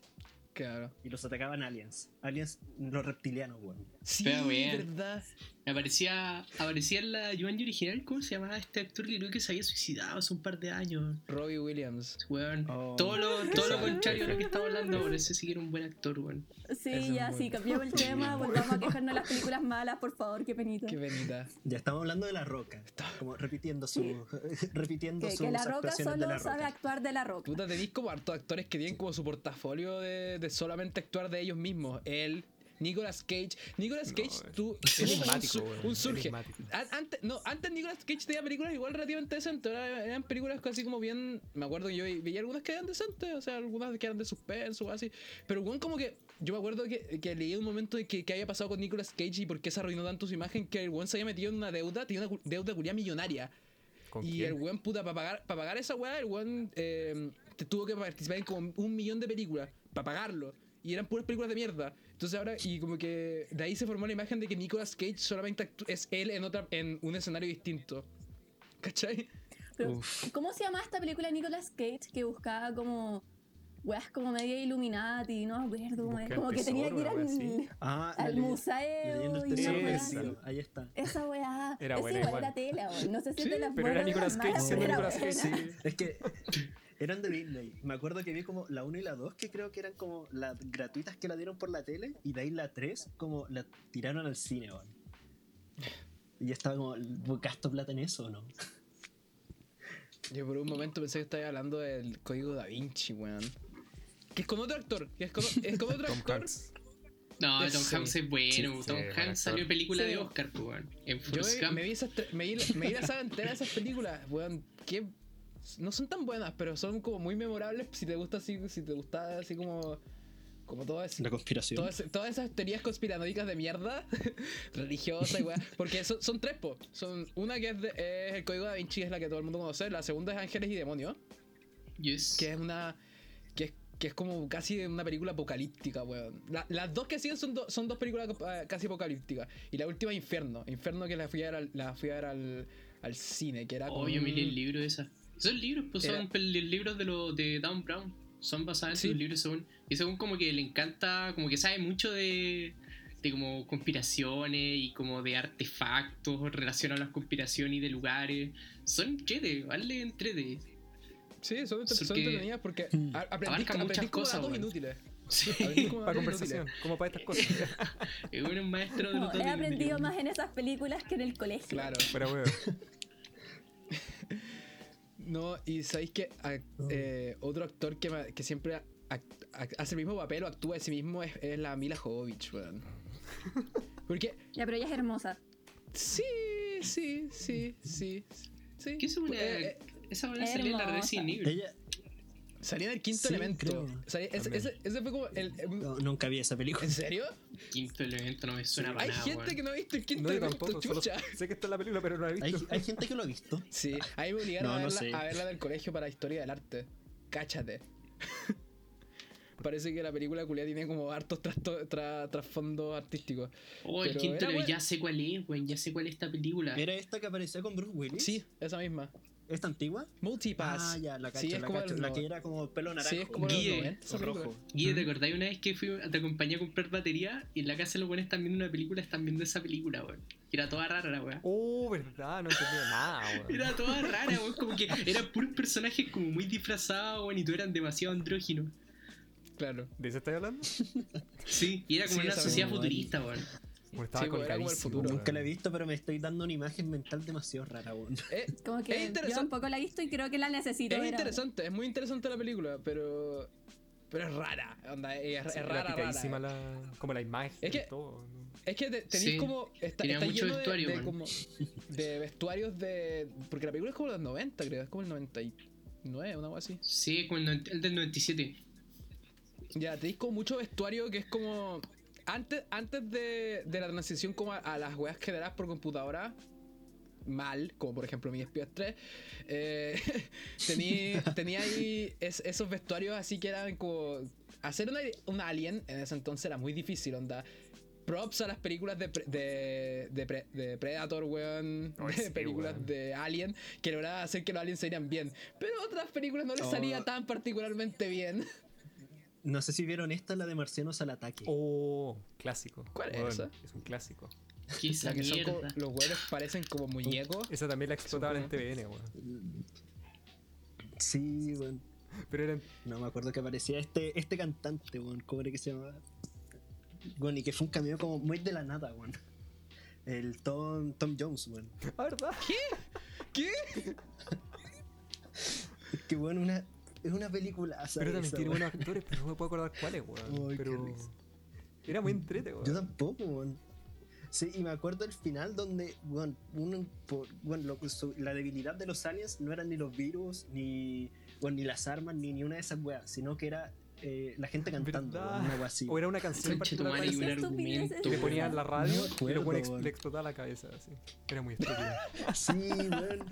Speaker 1: Claro.
Speaker 4: y los atacaban aliens. Aliens, los reptilianos, weón.
Speaker 1: Sí,
Speaker 5: Pero, weón.
Speaker 1: verdad.
Speaker 5: Aparecía, aparecía en la Jumanji original, ¿cómo se llamaba este actor que creo que se había suicidado hace un par de años? este
Speaker 1: Robbie Williams.
Speaker 5: Weón.
Speaker 4: Oh,
Speaker 5: todo lo, todo lo
Speaker 4: sad.
Speaker 5: contrario de lo que estamos hablando, por eso sí que era un buen actor, weón.
Speaker 2: Sí,
Speaker 1: Ese es
Speaker 2: ya,
Speaker 1: muy-
Speaker 2: sí, cambiamos el tema, volvamos a quejarnos de las películas malas, por favor, qué penita.
Speaker 1: Qué penita.
Speaker 4: Ya estamos hablando de la roca. Como repitiendo su. repitiendo
Speaker 2: Que,
Speaker 4: sus
Speaker 2: que La Roca
Speaker 4: actuaciones de
Speaker 2: solo
Speaker 4: la roca.
Speaker 2: sabe actuar de La Roca.
Speaker 1: Puta, tenéis como hartos actores que tienen como su portafolio de, de solamente actuar de ellos mismos. Él, Nicolas Cage. Nicolas
Speaker 3: No,
Speaker 1: Cage,
Speaker 3: eh.
Speaker 1: tú.
Speaker 3: Es
Speaker 1: eres un,
Speaker 3: enigmático,
Speaker 1: sur-
Speaker 3: weón,
Speaker 1: un
Speaker 3: es
Speaker 1: surge.
Speaker 3: enigmático.
Speaker 1: An- Antes, no, antes Nicolas Cage tenía películas igual relativamente decentes. Ahora eran películas casi como bien. Me acuerdo que yo vi, vi algunas que eran decentes, o sea, algunas que eran de suspenso o así. Pero weón, como que. Yo me acuerdo que, que leí un momento de que, que había pasado con Nicolas Cage y por qué se arruinó tanto su imagen que el weón se había metido en una deuda, tenía una cu- deuda culia millonaria.
Speaker 3: ¿Con
Speaker 1: Y
Speaker 3: quién?
Speaker 1: el weón, puta, para pagar, para pagar esa weá, el weón eh, te tuvo que participar en como un millón de películas para pagarlo. Y eran puras películas de mierda. Entonces ahora, y como que de ahí se formó la imagen de que Nicolas Cage solamente actú- es él en, otra, en un escenario distinto. ¿Cachai?
Speaker 2: Pero, ¿Cómo se llama esta película de Nicolas Cage que buscaba como weas como media Illuminati? No me acuerdo cómo era.
Speaker 3: Busca el
Speaker 2: Como que tenía que ir
Speaker 3: tesoro,
Speaker 2: al,
Speaker 3: algo así.
Speaker 4: Ah, la
Speaker 2: al
Speaker 4: le-
Speaker 2: museo
Speaker 4: Leyendo el
Speaker 2: y
Speaker 4: tesoro
Speaker 2: una
Speaker 3: Sí,
Speaker 2: wea
Speaker 4: del
Speaker 3: sí.
Speaker 2: así.
Speaker 4: cielo. Ahí está.
Speaker 2: Esa weá
Speaker 3: Era
Speaker 2: es
Speaker 3: buena
Speaker 2: igual,
Speaker 3: igual.
Speaker 2: la tela, weón. No sé si
Speaker 1: Sí,
Speaker 2: es de las
Speaker 3: Pero
Speaker 2: buenas
Speaker 3: era
Speaker 2: o de
Speaker 3: Nicolas
Speaker 2: las
Speaker 3: Cage
Speaker 2: malas,
Speaker 3: siendo
Speaker 2: pero
Speaker 3: Nicolas
Speaker 2: era
Speaker 3: Cage.
Speaker 2: buena.
Speaker 3: Sí.
Speaker 4: Es que eran de Disney. Me acuerdo que vi como la 1 y la 2, que creo que eran como las gratuitas que la dieron por la tele, y de ahí la 3 como la tiraron al cine, weón. Y ya estaba como, "Pues, ¿gasto plata en eso o no?
Speaker 1: Yo por un momento pensé que estaba hablando del código da Vinci, weón. Que es con otro actor, que es con, es con otro
Speaker 3: Tom
Speaker 1: actor.
Speaker 3: Hanks.
Speaker 5: No,
Speaker 1: Ese-
Speaker 5: Tom Hanks es
Speaker 3: sí,
Speaker 5: bueno. Tom
Speaker 3: sí, buen actor.
Speaker 5: Hanks salió en película
Speaker 2: Sí.
Speaker 5: de Oscar, pues, weón. En
Speaker 1: Yo
Speaker 5: Forrest
Speaker 1: me-
Speaker 5: Gump.
Speaker 1: me vi, esas tre- me vi la- me vi la saga entera de esas películas, weón, que no son tan buenas, pero son como muy memorables si te gusta así, si te gusta así como como todo ese-
Speaker 4: La conspiración.
Speaker 1: todas, todas esas teorías conspiranoicas de mierda religiosas, weón, porque son, son tres, po. Son una que es, de- es el código da Vinci, es la que todo el mundo conoce, la segunda es Ángeles y Demonios,
Speaker 5: Yes.
Speaker 1: que es una que es, que es como casi una película apocalíptica, weón. La- las dos que siguen son, do- son dos películas eh, casi apocalípticas. Y la última es Infierno. Infierno que la fui a ver al, la fui a ver al, al cine, que era como...
Speaker 5: Oh, yo miré
Speaker 1: un-
Speaker 5: el libro de esa. Son libros, pues
Speaker 1: Era-
Speaker 5: son pel- libros de los de Dan Brown. Son basados
Speaker 1: Sí.
Speaker 5: en sus libros, según. Y según como que le encanta, como que sabe mucho de, de como conspiraciones y como de artefactos relacionados a las conspiraciones y de lugares. Son chévere, vale, entrete.
Speaker 1: Sí, son, entre-
Speaker 5: Sí,
Speaker 1: son
Speaker 5: que-
Speaker 1: entretenidas porque
Speaker 4: Mm.
Speaker 1: a- aprendí,
Speaker 5: Abarca muchas
Speaker 1: aprendí como
Speaker 5: cosas,
Speaker 1: datos
Speaker 5: weón.
Speaker 1: inútiles.
Speaker 5: Sí,
Speaker 1: Aprendí como
Speaker 3: Para
Speaker 1: datos
Speaker 3: conversación,
Speaker 1: inútiles.
Speaker 3: como para estas cosas.
Speaker 5: es un maestro de
Speaker 2: Como,
Speaker 5: los
Speaker 2: he aprendido más en esas películas que en el colegio.
Speaker 1: Claro.
Speaker 3: Fuera weón.
Speaker 1: No, y sabéis que ac-
Speaker 3: Mm.
Speaker 1: eh, otro actor que, me- que siempre act- ac- hace el mismo papel o actúa de sí mismo es, es la Mila Jovovich, weón. Porque
Speaker 2: Ya, pero ella es hermosa.
Speaker 1: Sí, sí, sí, sí. sí.
Speaker 5: ¿Qué es una.?
Speaker 1: Eh, eh,
Speaker 5: esa buena salió en la
Speaker 2: hermosa.
Speaker 5: Resident Evil.
Speaker 4: Ella,
Speaker 1: salía del quinto
Speaker 4: Sí,
Speaker 1: elemento.
Speaker 4: creo.
Speaker 1: Salía- ese,
Speaker 3: También.
Speaker 1: ese- ese fue como el. eh,
Speaker 4: no, nunca vi esa película.
Speaker 1: ¿En serio?
Speaker 5: Quinto elemento no me suena para
Speaker 1: Hay
Speaker 5: nada.
Speaker 1: gente
Speaker 5: weón.
Speaker 1: que no ha visto el quinto
Speaker 3: No, yo
Speaker 1: elemento,
Speaker 3: tampoco. solo
Speaker 1: chucha.
Speaker 3: sé que está en la película, pero no la he
Speaker 4: Hay,
Speaker 3: visto.
Speaker 4: hay gente que lo ha visto.
Speaker 1: Sí, ahí me obligaron
Speaker 4: No,
Speaker 1: a,
Speaker 4: no
Speaker 1: verla,
Speaker 4: sé.
Speaker 1: a verla del colegio para historia del arte. Cáchate. Parece que la película culia tiene como hartos trasto- tra- trasfondos artísticos.
Speaker 5: Oh, el
Speaker 1: Pero
Speaker 5: quinto
Speaker 1: era
Speaker 5: elemento.
Speaker 1: buena.
Speaker 5: Ya sé cuál es, weón. Ya sé cuál es esta película.
Speaker 4: ¿Era esta que aparecía con Bruce Willis?
Speaker 1: Sí, esa misma.
Speaker 4: ¿Esta antigua?
Speaker 1: Multipass.
Speaker 4: Ah, ya, la cacho,
Speaker 1: Sí, es
Speaker 4: la
Speaker 1: como
Speaker 4: cacho.
Speaker 1: el-
Speaker 4: La que era como pelo naranja.
Speaker 1: Sí, es como los
Speaker 5: Guille,
Speaker 1: 90, esa
Speaker 4: o
Speaker 1: película.
Speaker 4: rojo.
Speaker 5: Guille,
Speaker 1: ¿Mm?
Speaker 5: ¿te acordás una vez que fui, te acompañé a comprar batería y en la casa de los buenos están viendo una película, están viendo esa película, weón? Y Era toda rara la weá.
Speaker 3: Oh, verdad, no entendía nada, weón.
Speaker 5: Era toda rara, weón. Como que eran puros personajes como muy disfrazados, weón, y tú eran demasiado andróginos.
Speaker 1: Claro.
Speaker 3: ¿De eso estás hablando?
Speaker 5: Sí, y era como
Speaker 1: Sí,
Speaker 5: una
Speaker 1: esa
Speaker 5: sociedad
Speaker 4: misma,
Speaker 5: futurista, weón.
Speaker 3: Bueno, estaba
Speaker 1: Sí, pues, era como el
Speaker 3: colgadísimo,
Speaker 1: futuro.
Speaker 3: weón.
Speaker 4: Nunca la he visto, pero me estoy dando una imagen mental demasiado rara, weón.
Speaker 1: Eh,
Speaker 2: Como
Speaker 1: Es
Speaker 2: que yo
Speaker 1: interesante.
Speaker 2: un poco la he visto y creo que la necesito.
Speaker 1: Es
Speaker 2: ver ahora.
Speaker 1: interesante, es muy interesante la película, pero. Pero es rara. Onda, es, es
Speaker 3: Sí, era
Speaker 1: rara,
Speaker 3: picadísima
Speaker 1: rara.
Speaker 3: la, como la imagen
Speaker 1: Es que-
Speaker 3: y todo. ¿no?
Speaker 1: Es que te- tenéis
Speaker 5: Sí,
Speaker 1: como. Está,
Speaker 5: tenía
Speaker 1: está
Speaker 5: mucho
Speaker 1: lleno de-
Speaker 5: vestuario,
Speaker 1: de,
Speaker 5: man.
Speaker 1: como- de vestuarios de. Porque la película es como los 90, creo. Es como el 99, una cosa así.
Speaker 5: Sí, como el, noventa- el del 97.
Speaker 1: Ya, tenéis como mucho vestuario que es como. Antes, antes de, de la transición como a, a las weas generadas por computadora, mal, como por ejemplo mi Espías 3, eh, tenía, tenía ahí es- esos vestuarios así que eran como... Hacer una, una alien en ese entonces era muy difícil, onda. Props a las películas de, pre- de, de pre- de Predator, weón,
Speaker 3: Ay,
Speaker 1: de
Speaker 3: sí,
Speaker 1: películas
Speaker 3: weón.
Speaker 1: de Alien, que lograban hacer que los aliens salieran bien. Pero otras películas no les salía
Speaker 4: Oh.
Speaker 1: tan particularmente bien.
Speaker 4: No sé si vieron esta, la de Marcianos al ataque.
Speaker 3: Oh, clásico.
Speaker 1: ¿Cuál es
Speaker 3: weón,
Speaker 1: esa?
Speaker 3: Es un clásico.
Speaker 5: Que esa
Speaker 1: La que son como-
Speaker 5: mierda.
Speaker 1: los huevos parecen como muñecos.
Speaker 3: Esa también la explotaban en
Speaker 1: como-
Speaker 3: TVN, weón.
Speaker 4: Sí, weón.
Speaker 3: Pero eran.
Speaker 4: No me acuerdo que aparecía este, este cantante, weón. ¿Cómo era que se llamaba? Weón, y que fue un cameo como muy de la nada, weón. El Tom, Tom Jones, weón.
Speaker 3: Ah, ¿verdad?
Speaker 1: ¿Qué?
Speaker 4: Es que, weón, una, es una película.
Speaker 3: Pero también tiene buenos actores, pero no me puedo acordar cuáles,
Speaker 4: Ay,
Speaker 3: weón.
Speaker 4: qué
Speaker 3: Pero.
Speaker 4: risa.
Speaker 3: Era muy entrete, weón.
Speaker 4: Yo tampoco, weón. Sí, y me acuerdo el final donde, weón, uno por- weón, lo que su- la debilidad de los aliens no eran ni los virus, ni, weón, ni las armas, ni, ni una de esas weas, sino que era eh, la gente cantando,
Speaker 3: ¿Verdad?
Speaker 4: algo así.
Speaker 3: O era una canción en
Speaker 5: Conche tu
Speaker 3: particular
Speaker 5: madre, y un
Speaker 2: Esa estupidez
Speaker 3: que
Speaker 5: argumento.
Speaker 3: le
Speaker 2: es-
Speaker 5: weón.
Speaker 3: ponían en la radio
Speaker 4: No me acuerdo,
Speaker 3: y lo ponían ex-
Speaker 4: weón. Ah,
Speaker 3: le explotaba la cabeza. Así. Era muy estúpido.
Speaker 4: Sí, weón.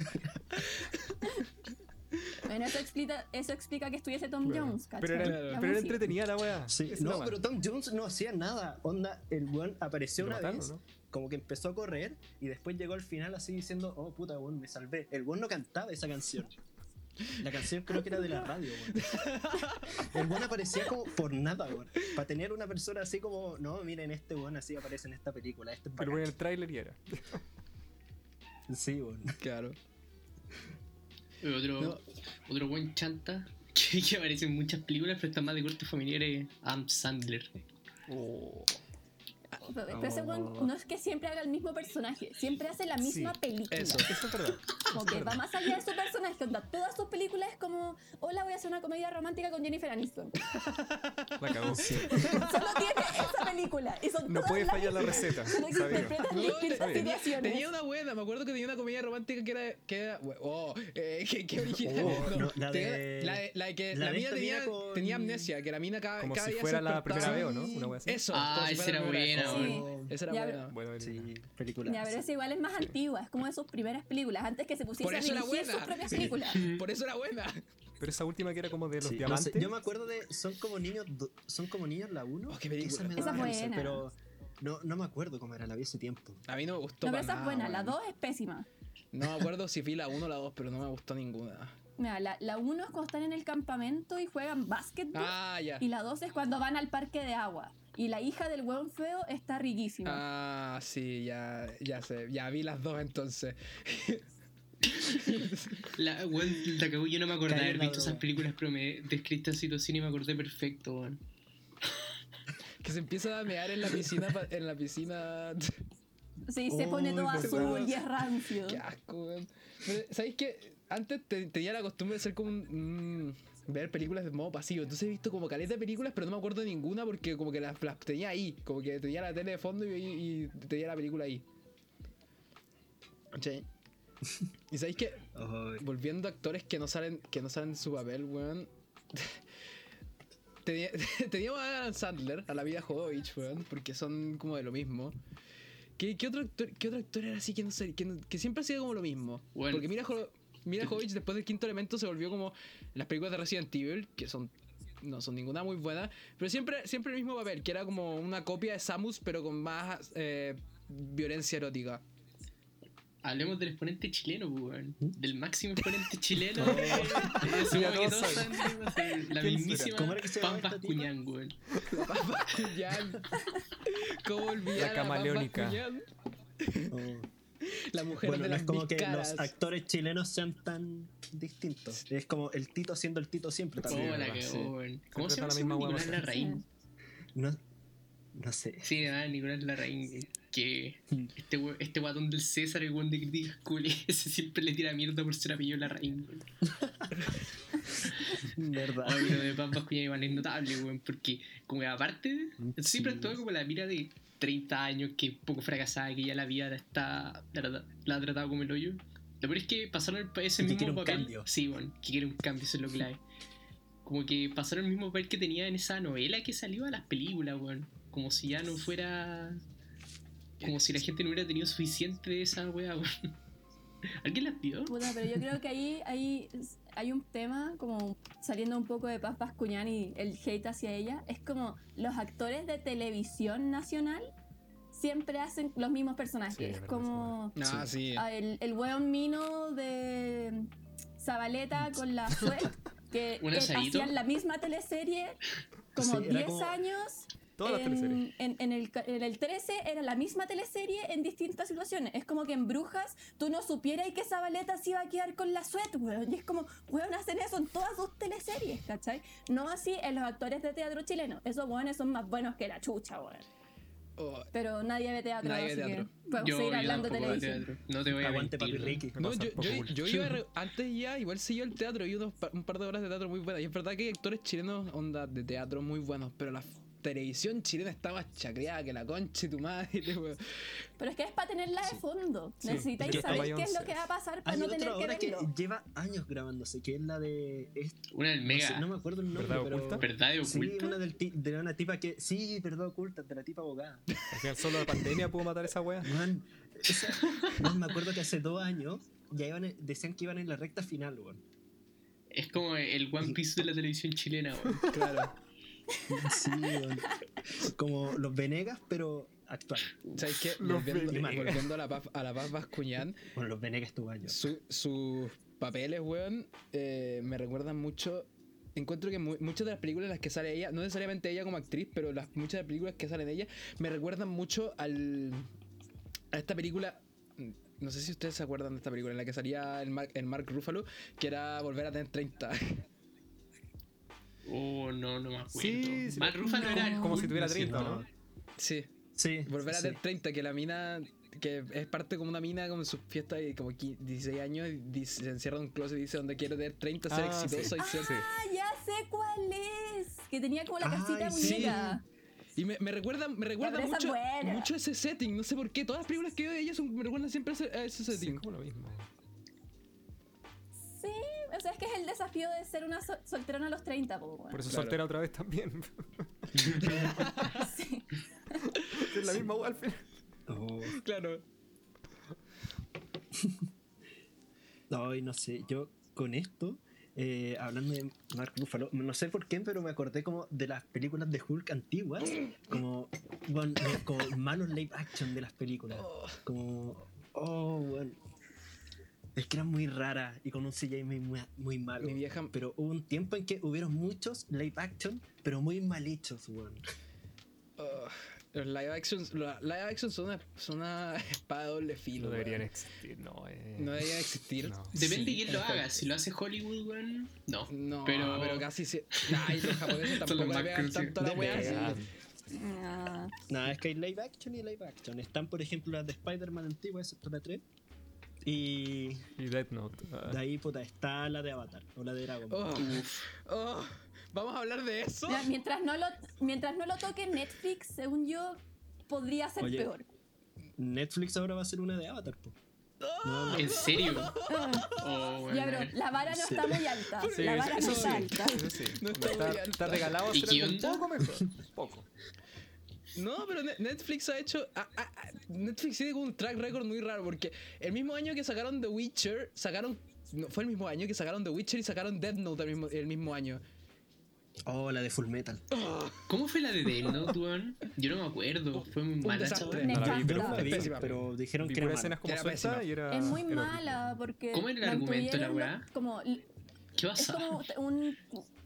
Speaker 2: Bueno, eso explica, eso explica que estuviese Tom
Speaker 3: Claro.
Speaker 2: Jones, ¿cachai?
Speaker 3: Pero era,
Speaker 1: Claro.
Speaker 2: La
Speaker 3: pero era
Speaker 2: música.
Speaker 3: entretenida la wea.
Speaker 4: Sí,
Speaker 3: Esa
Speaker 4: no,
Speaker 3: nomás.
Speaker 4: pero Tom Jones no hacía nada. Onda, el weón apareció
Speaker 3: Lo
Speaker 4: una
Speaker 3: mataron,
Speaker 4: vez,
Speaker 3: ¿no?
Speaker 4: como que empezó a correr y después llegó al final así diciendo, oh puta, weón, me salvé. El weón no cantaba esa canción. La canción creo que era de la radio, weón. El weón aparecía como por nada, weón. Para tener una persona así como, no, miren, este weón así aparece en esta película. Este es
Speaker 3: Pero
Speaker 4: bacán".
Speaker 3: en el tráiler y era.
Speaker 4: Sí, weón.
Speaker 1: Claro.
Speaker 5: Eh, Otro, otro buen chanta que, que aparece en muchas películas, pero está más de cortes familiares. Am Sandler.
Speaker 1: Oh.
Speaker 2: Pero pero ese weón no es que siempre haga el mismo personaje, siempre hace la misma
Speaker 3: Oh. Sí,
Speaker 2: película.
Speaker 1: eso.
Speaker 3: Eso es verdad.
Speaker 2: Como que va más allá de su personaje, onda, todas sus películas es como, hola, voy a hacer una comedia romántica con Jennifer Aniston.
Speaker 3: La cagó.
Speaker 2: Solo tiene esa película y son
Speaker 3: No
Speaker 2: todas
Speaker 3: puede
Speaker 2: las
Speaker 3: fallar la
Speaker 2: mismas,
Speaker 3: receta.
Speaker 2: Solo que
Speaker 3: sabía.
Speaker 2: interpretan
Speaker 1: No, te-
Speaker 2: distintas
Speaker 1: tenía,
Speaker 2: situaciones.
Speaker 1: tenía una buena, me acuerdo que tenía una comedia romántica que era. Que era oh, eh, que, que original.
Speaker 4: Oh,
Speaker 1: No,
Speaker 4: no, la
Speaker 1: tenía-
Speaker 4: de-
Speaker 1: la de- la de que
Speaker 4: la
Speaker 1: la,
Speaker 4: de
Speaker 1: mina
Speaker 4: esta
Speaker 1: tenía,
Speaker 4: mina con-
Speaker 1: tenía amnesia, que la mina cada,
Speaker 3: Como
Speaker 1: cada
Speaker 3: si
Speaker 1: día
Speaker 3: fuera
Speaker 1: se
Speaker 3: la
Speaker 1: despertaba-
Speaker 3: primera vez, ¿o ¿no? Una wea así.
Speaker 1: Eso,
Speaker 5: Ah,
Speaker 1: como si
Speaker 5: esa
Speaker 1: fuera
Speaker 5: era
Speaker 1: la primera
Speaker 2: buena,
Speaker 1: vez.
Speaker 4: weón.
Speaker 1: Sí, Esa era
Speaker 2: Ya,
Speaker 1: buena.
Speaker 3: Bueno, era-
Speaker 4: Sí, película.
Speaker 2: Ya, pero esa igual es más antigua, es como de sus primeras películas, antes que se pusiese
Speaker 1: Por
Speaker 2: a
Speaker 1: eso era
Speaker 2: dirigir
Speaker 1: buena.
Speaker 2: sus propias películas.
Speaker 1: Por eso era buena.
Speaker 3: Pero esa última que era como de los
Speaker 4: Sí, no sé,
Speaker 3: diamantes.
Speaker 4: yo me acuerdo de. Son como niños. do- Son como niños la 1.
Speaker 1: Oh, qué película.
Speaker 4: Esa me
Speaker 2: Esa
Speaker 4: daba
Speaker 2: es
Speaker 4: risa,
Speaker 2: buena.
Speaker 4: pero no, no me acuerdo cómo era, la vi hace tiempo.
Speaker 1: A mí no me gustó.
Speaker 2: No, pero
Speaker 1: para
Speaker 2: esa es
Speaker 1: nada,
Speaker 2: buena, la
Speaker 1: weón.
Speaker 2: 2 es pésima.
Speaker 1: No me acuerdo si vi la 1 o la 2, pero no me gustó ninguna.
Speaker 2: Mira, la, la 1 es cuando están en el campamento y juegan básquetbol.
Speaker 1: Ah, ya.
Speaker 2: Y la 2 es cuando van al parque de agua. Y la hija del hueón feo está riquísima.
Speaker 1: Ah, sí, ya, ya sé. Ya vi las dos entonces.
Speaker 5: La, weón, la cagó, yo no me acordaba de
Speaker 4: Cayó
Speaker 5: haber
Speaker 4: la
Speaker 5: visto
Speaker 4: droga.
Speaker 5: esas películas, pero me describiste esta situación y me acordé perfecto, weón.
Speaker 1: Que se empieza a mear en la piscina. pa- En la piscina.
Speaker 2: sí, se
Speaker 4: uy,
Speaker 2: pone todo
Speaker 4: verdad.
Speaker 2: azul y es rancio.
Speaker 1: Qué asco, weón. Pero, ¿Sabéis qué? Antes te- tenía la costumbre de ser como un. mm, ver películas de modo pasivo. Entonces he visto como caleta de películas, pero no me acuerdo de ninguna porque como que las, las tenía ahí. Como que tenía la tele de fondo y, y tenía la película ahí. Sí. ¿Y sabéis qué?
Speaker 4: Ay,
Speaker 1: Volviendo a actores que no salen, que no salen de su papel, weón. Tenía- Teníamos a Adam Sandler, a la vida Jodovich, weón, porque son como de lo mismo. ¿Qué, qué otro, actor, qué otro actor era así que, no sé, que, no- que siempre ha sido como lo mismo?
Speaker 5: Bueno.
Speaker 1: Porque mira, Jo- mira Jodovich después del quinto elemento se volvió como las películas de Resident Evil, que son no son ninguna muy buena, pero siempre, siempre el mismo papel, que era como una copia de Samus, pero con más eh, violencia erótica.
Speaker 5: Hablemos del exponente chileno, pues, weón. Del máximo exponente chileno. eh, supongo que
Speaker 3: todos
Speaker 5: todos
Speaker 3: saben.
Speaker 5: saben, no sé, La
Speaker 3: ¿Quién será?
Speaker 5: mismísima
Speaker 4: ¿Cómo era que se llamaba
Speaker 5: Pampa
Speaker 4: esta tipa?
Speaker 5: Cuñán, weón.
Speaker 1: Cuñán. ¿Cómo olvidar
Speaker 3: La
Speaker 1: a Pampa
Speaker 3: camaleónica.
Speaker 1: Cuñán?
Speaker 4: oh.
Speaker 1: La mujer
Speaker 4: Bueno,
Speaker 1: de
Speaker 4: no
Speaker 1: las
Speaker 4: es como que
Speaker 1: biscaras.
Speaker 4: los actores chilenos sean tan distintos. Es como el Tito siendo el Tito siempre
Speaker 5: Oh,
Speaker 4: también.
Speaker 5: la
Speaker 4: ¿no?
Speaker 5: que,
Speaker 4: Sí.
Speaker 5: weón. ¿Cómo se
Speaker 3: trata la
Speaker 5: llama ese
Speaker 3: misma
Speaker 5: weón?
Speaker 3: weá,
Speaker 5: Nicolás
Speaker 3: parece.
Speaker 5: Larraín?
Speaker 4: No, no sé.
Speaker 5: Sí, nada, Nicolás Larraín. eh, Que este, we- este guatón del César, el weón de críticas cool, ese siempre le tira mierda por ser apellido Larraín. weón.
Speaker 4: Verdad.
Speaker 5: Ay, pero de Pampa Cuñán igual es notable, weón, porque como que aparte siempre
Speaker 4: Sí.
Speaker 5: estuvo como la mira de 30 años, que un poco fracasada, que ya la vida la, está, la, la ha tratado como el hoyo. Lo peor es que pasaron el, pa- ese
Speaker 4: Y que
Speaker 5: mismo
Speaker 4: quiere un
Speaker 5: papel.
Speaker 4: cambio.
Speaker 5: Sí, bueno, que quiere un cambio, eso es lo clave. Como que pasaron el mismo papel que tenía en esa novela que salió a las películas, weón. Como si ya no fuera. Como si la gente no hubiera tenido suficiente de esa weá, weón. ¿Alguien las vio?
Speaker 2: Puta, pero yo creo que ahí, ahí s- hay un tema, como saliendo un poco de Paz Pascuñán y el hate hacia ella, es como los actores de televisión nacional siempre hacen los mismos personajes.
Speaker 3: Sí, es
Speaker 2: es
Speaker 3: verdad,
Speaker 2: como
Speaker 1: Ah, sí.
Speaker 2: ah, el, el weón mino de Zabaleta con la suerte que
Speaker 5: ¿Un
Speaker 2: eh,
Speaker 5: asadito?
Speaker 2: hacían la misma teleserie como
Speaker 4: Sí, era
Speaker 2: 10
Speaker 4: como-
Speaker 2: años
Speaker 3: Todas las teleseries.
Speaker 2: en, Em, en- en el, ca- en el 13 era la misma teleserie en distintas situaciones. Es como que en Brujas tú no supieras que Zabaleta se iba a quedar con la suerte, weón. Y es como, weón, hacen eso en todas sus teleseries, ¿cachai? No así en los actores de teatro chileno. Esos weones son más buenos que la chucha, weón.
Speaker 1: Oh,
Speaker 2: Pero nadie ve teatro,
Speaker 1: Nadie ve
Speaker 2: así que
Speaker 1: teatro.
Speaker 2: podemos seguir hablando de
Speaker 5: tampoco veo
Speaker 2: televisión.
Speaker 5: teatro. No te voy a
Speaker 4: Aguante papi
Speaker 5: mentir, weón.
Speaker 4: Ricky.
Speaker 3: Me
Speaker 1: No,
Speaker 3: pasa
Speaker 1: yo,
Speaker 3: poco
Speaker 1: yo,
Speaker 3: cool.
Speaker 1: yo iba re- antes ya, igual seguía el teatro, vi unos, pa- un par de horas de teatro muy buenas. Y es verdad que hay actores chilenos, onda, de teatro muy buenos, pero las televisión chilena está más chacreada que la concha de tu madre, weón.
Speaker 2: Pero es que es para tenerla de fondo.
Speaker 3: Sí.
Speaker 2: Necesitáis
Speaker 3: Yo
Speaker 2: saber
Speaker 3: estaba
Speaker 2: qué es lo
Speaker 3: once.
Speaker 2: que va a pasar
Speaker 1: Ah,
Speaker 2: para
Speaker 4: Hay
Speaker 2: no tener
Speaker 4: otra
Speaker 2: que
Speaker 4: obra que
Speaker 2: verlo.
Speaker 4: lleva años grabándose, que es la de. es-
Speaker 5: Una del
Speaker 4: No,
Speaker 5: mega.
Speaker 4: sé, no me acuerdo el nombre,
Speaker 3: ¿Verdad
Speaker 4: pero.
Speaker 3: oculta?
Speaker 5: ¿Verdad de
Speaker 4: Sí,
Speaker 5: oculta?
Speaker 4: una del ti- de una tipa que. Sí, verdad oculta, de la tipa abogada.
Speaker 3: Al final solo la pandemia pudo matar esa wea.
Speaker 4: Man, esa- man, me acuerdo que hace dos años ya iban, decían que iban en la recta final, weón.
Speaker 5: Es como el One Piece de la televisión chilena, weón.
Speaker 1: Claro.
Speaker 4: Sí, weón. Como los Venegas, pero actual.
Speaker 1: ¿Sabes qué?
Speaker 3: Los
Speaker 1: Volviendo,
Speaker 4: Venegas.
Speaker 1: volviendo a la paz, a la paz Bascuñán,
Speaker 4: Bueno, los Venegas estuvo años.
Speaker 1: su- sus papeles, weón, eh, me recuerdan mucho. Encuentro que mu- muchas de las películas en las que sale ella, no necesariamente ella como actriz, pero las, muchas de las películas que salen de ella, me recuerdan mucho al, a esta película. No sé si ustedes se acuerdan de esta película en la que salía el Mark, el Mark Ruffalo, que era Volver a tener 30.
Speaker 5: Oh, no, no me acuerdo.
Speaker 3: Sí, sí.
Speaker 5: Más Rufa no era el
Speaker 3: Como si
Speaker 5: Hulk.
Speaker 3: tuviera
Speaker 4: Sí,
Speaker 3: 30, ¿no?
Speaker 4: no.
Speaker 1: sí,
Speaker 4: Sí.
Speaker 1: Volver a
Speaker 4: sí,
Speaker 1: tener 30, que la mina, que es parte como una mina como en sus fiestas de como 15, 16 años, y dice- se encierra en un closet y dice donde quiero tener 30, ser
Speaker 3: Ah,
Speaker 1: exitosa y ser...
Speaker 3: Sí.
Speaker 2: Ah, ya sé cuál es. Que tenía como la casita
Speaker 4: Ay,
Speaker 1: sí.
Speaker 2: muñeca.
Speaker 1: Y me, me recuerda, me recuerda
Speaker 2: pero esa
Speaker 1: mucho,
Speaker 2: buena.
Speaker 1: mucho ese setting, no sé por qué. Todas las películas que veo de ella son- me recuerdan siempre a ese, a ese
Speaker 3: Sí,
Speaker 1: setting.
Speaker 3: como lo mismo.
Speaker 2: Sí. o sea, es que es el desafío de ser una sol- solterona a los 30, po, weón.
Speaker 3: Por eso
Speaker 1: Claro.
Speaker 3: soltera otra vez también.
Speaker 2: Sí.
Speaker 3: es la misma wea al final.
Speaker 4: Oh.
Speaker 1: Claro.
Speaker 4: Ay, no sé, yo con esto, eh, hablando de Mark Ruffalo, no sé por qué, pero me acordé como de las películas de Hulk antiguas, como, bueno, no, como malos live action de las películas, como, oh, bueno, es que eran muy raras y con un CGI muy, muy, muy malo.
Speaker 1: Mi vieja,
Speaker 4: Pero hubo un tiempo en que hubieron muchos live action, pero muy mal hechos, weón.
Speaker 1: ah, los live actions, los live actions son una, son una espada de doble filo.
Speaker 3: No deberían
Speaker 1: weón.
Speaker 3: existir, no. Eh.
Speaker 1: No deberían existir.
Speaker 3: No.
Speaker 5: Depende de
Speaker 1: Sí,
Speaker 5: quién lo
Speaker 1: perfecto.
Speaker 5: haga. Si lo hace Hollywood, weón. No.
Speaker 1: No, pero,
Speaker 5: Pero-
Speaker 1: casi sí. Nah, y los japoneses
Speaker 5: Son
Speaker 1: tampoco
Speaker 5: los
Speaker 1: le
Speaker 5: más
Speaker 1: pegan
Speaker 5: cruciales.
Speaker 1: tanto a la
Speaker 4: De
Speaker 1: wea.
Speaker 4: verdad.
Speaker 1: sí.
Speaker 2: Ah,
Speaker 4: Nada, es que hay live action y live action. Están, por ejemplo, las de Spider-Man antiguas, excepto la 3. Y
Speaker 3: Y Death Note. ah.
Speaker 4: De ahí, puta, está la de Avatar o la de Dragon Ball.
Speaker 1: Oh, oh, Vamos a hablar de eso.
Speaker 2: ya, mientras, no lo, mientras no lo toque Netflix, según yo, podría ser
Speaker 4: Oye.
Speaker 2: peor.
Speaker 4: Netflix ahora va a hacer una de Avatar, po. No, no,
Speaker 5: ¿En serio?
Speaker 2: Ah,
Speaker 5: Oh, weón,
Speaker 2: ya,
Speaker 5: a
Speaker 2: pero
Speaker 5: ver.
Speaker 2: la vara no
Speaker 4: Sí.
Speaker 2: está muy alta.
Speaker 3: Sí,
Speaker 2: la vara
Speaker 3: eso,
Speaker 2: no
Speaker 3: eso
Speaker 2: está
Speaker 3: sí,
Speaker 2: alta.
Speaker 3: eso sí.
Speaker 1: No está
Speaker 3: está,
Speaker 1: muy alta.
Speaker 3: está regalado
Speaker 5: ¿Y
Speaker 3: hacer
Speaker 5: qué
Speaker 3: algo un
Speaker 5: onda?
Speaker 3: poco mejor. Poco.
Speaker 1: No, pero Ne- Netflix ha hecho. ah, ah, ah, Netflix tiene como un track record muy raro porque el mismo año que sacaron The Witcher, sacaron. No, fue el mismo año que sacaron The Witcher y sacaron Dead Note el mismo, el mismo año.
Speaker 4: Oh, la de Full Metal.
Speaker 5: ¿Cómo fue la de Death Note, weón? Yo no me acuerdo. Fue muy
Speaker 1: Un
Speaker 5: mala,
Speaker 1: desastre.
Speaker 5: chaval.
Speaker 3: No la vi, pero
Speaker 4: No la vi,
Speaker 1: pésima.
Speaker 4: pero dijeron
Speaker 3: Vi
Speaker 4: que
Speaker 3: puras
Speaker 4: era mala.
Speaker 3: escenas como
Speaker 1: Era
Speaker 3: sueltas
Speaker 1: pésima.
Speaker 3: y era.
Speaker 2: Es muy
Speaker 3: era horrible.
Speaker 2: mala porque.
Speaker 5: ¿Cómo era el argumento, la
Speaker 2: mantuvieron
Speaker 5: weá?
Speaker 2: Como
Speaker 5: ¿Qué
Speaker 2: Es
Speaker 5: pasa?
Speaker 2: como un,